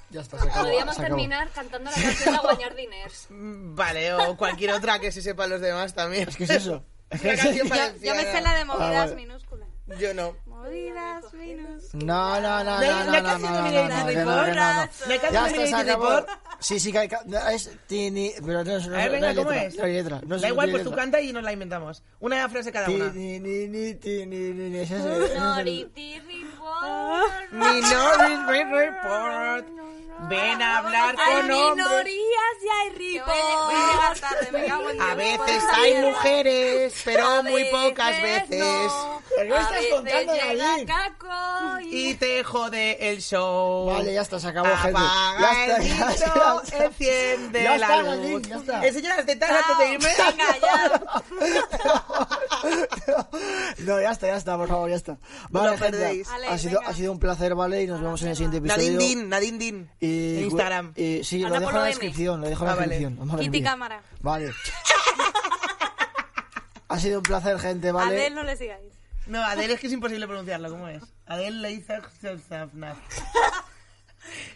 A: Ya está, se acabó.
C: Podríamos
A: se acabó.
C: terminar cantando la canción de Guañar Diners.
D: Mm, Vale, o cualquier otra que se sepa los demás también.
A: Es que es eso.
D: Una canción
B: Yo, yo me sé la
D: Ah,
B: de movidas
A: vale.
B: minúsculas.
D: Yo no.
B: Movidas minúsculas.
A: No, no, no, no,
D: Me-
A: no, no,
D: me
A: no,
D: casi
A: no,
D: no
A: no,
D: miré
A: no,
D: Disney
A: que no,
D: Report.
A: que no, no.
D: Me casi
A: Ya
D: no
A: está,
D: miré
A: se
D: Disney
A: acabó.
D: Report.
A: Sí, sí, que hay... ca- Es... Tini... Pero no, no, no,
D: A ver,
A: no
D: venga,
A: hay
D: ¿cómo
A: letra,
D: es?
A: No hay letra. No sé
D: da
A: si
D: igual,
A: tiene
D: pues tú
A: letra.
D: canta y nos la inventamos. Una frase cada una.
A: Ti, ni, ni, ti, ni, ni, ni, ese es el- ese es el-
C: Nori, dirri,
D: Ah.
C: bor-
D: Minorities Report. Ven a hablar
C: Hay
D: con hombres.
C: minorías y hay
B: Que voy a voy a llegar
C: ripos.
B: tarde, me cago en Dios.
D: A veces hay mujeres, pero muy pocas veces.
C: no.
A: Pero
C: A
A: no estás
C: veces
A: contando,
C: llega
A: Nadine.
C: Caco y...
D: Y te jode el show.
A: Vale, ya está, se acabó, gente.
D: Apaga
A: Ya
D: el
A: está, ya
D: micro,
A: está.
D: enciende
A: Ya
D: la
A: está,
D: luz.
A: Nadine, ya está.
D: Enseña las tetas antes
B: Ah,
D: de irme.
C: Venga, ya.
A: No, ya está, ya está, por favor, ya está. Vale,
D: lo
A: gente,
D: perdéis.
B: Ale,
A: ha sido,
B: venga.
A: ha sido un placer, ¿vale? Y nos vemos en el siguiente episodio.
D: Nadine Din, Nadine Din.
A: Y-
D: en Instagram.
A: eh, sí, lo
C: Ana
A: dejo en
C: Polo
A: la
C: M.
A: descripción, lo dejo en la
D: Ah, vale.
A: descripción. Madre
B: Kitty
A: mía.
B: cámara.
A: Vale. ha sido un placer, gente,
B: A
A: ¿vale?
B: él no le sigáis.
D: No, Adele es que es imposible pronunciarlo, ¿cómo es? Adele le hizo Esto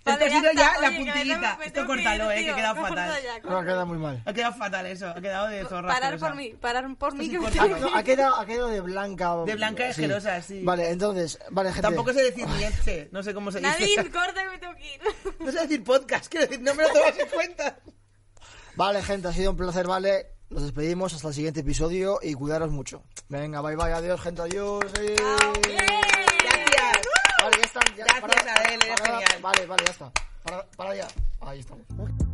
B: Vale,
D: ha
B: ya
D: sido ya
B: está.
D: la
B: Oye, que me tengo-
D: puntillita.
B: me
D: Esto
B: tengo que ir,
D: cortalo, eh, que
B: tío.
D: queda
B: Me corto
D: fatal.
B: ya,
A: No, ha quedado muy mal.
D: Ha quedado fatal eso, ha quedado de zorra.
B: Parar
D: asquerosa.
B: por mí, parar por mí.
D: sí
B: que me
D: corta.
A: Ha,
B: tengo que
A: no,
B: ir.
A: ha quedado, ha quedado de blanca.
D: De blanca y asquerosa, sí.
A: Vale, entonces, vale, gente.
D: Tampoco sé decir nietzsche, no sé cómo se dice.
B: Nadine, corta que me tengo que ir.
D: No sé decir podcast, quiero decir, no me lo tomas en cuenta.
A: Vale, gente, ha sido un placer, ¿vale? Nos despedimos hasta el siguiente episodio y cuidaros mucho. Venga, bye bye, adiós, gente, adiós. eh.
D: Gracias.
A: Vale, ya está. ya,
D: Gracias, Adele, eres
A: para-
D: genial.
A: Vale, vale, ya está. Para, para ya. Ahí estamos.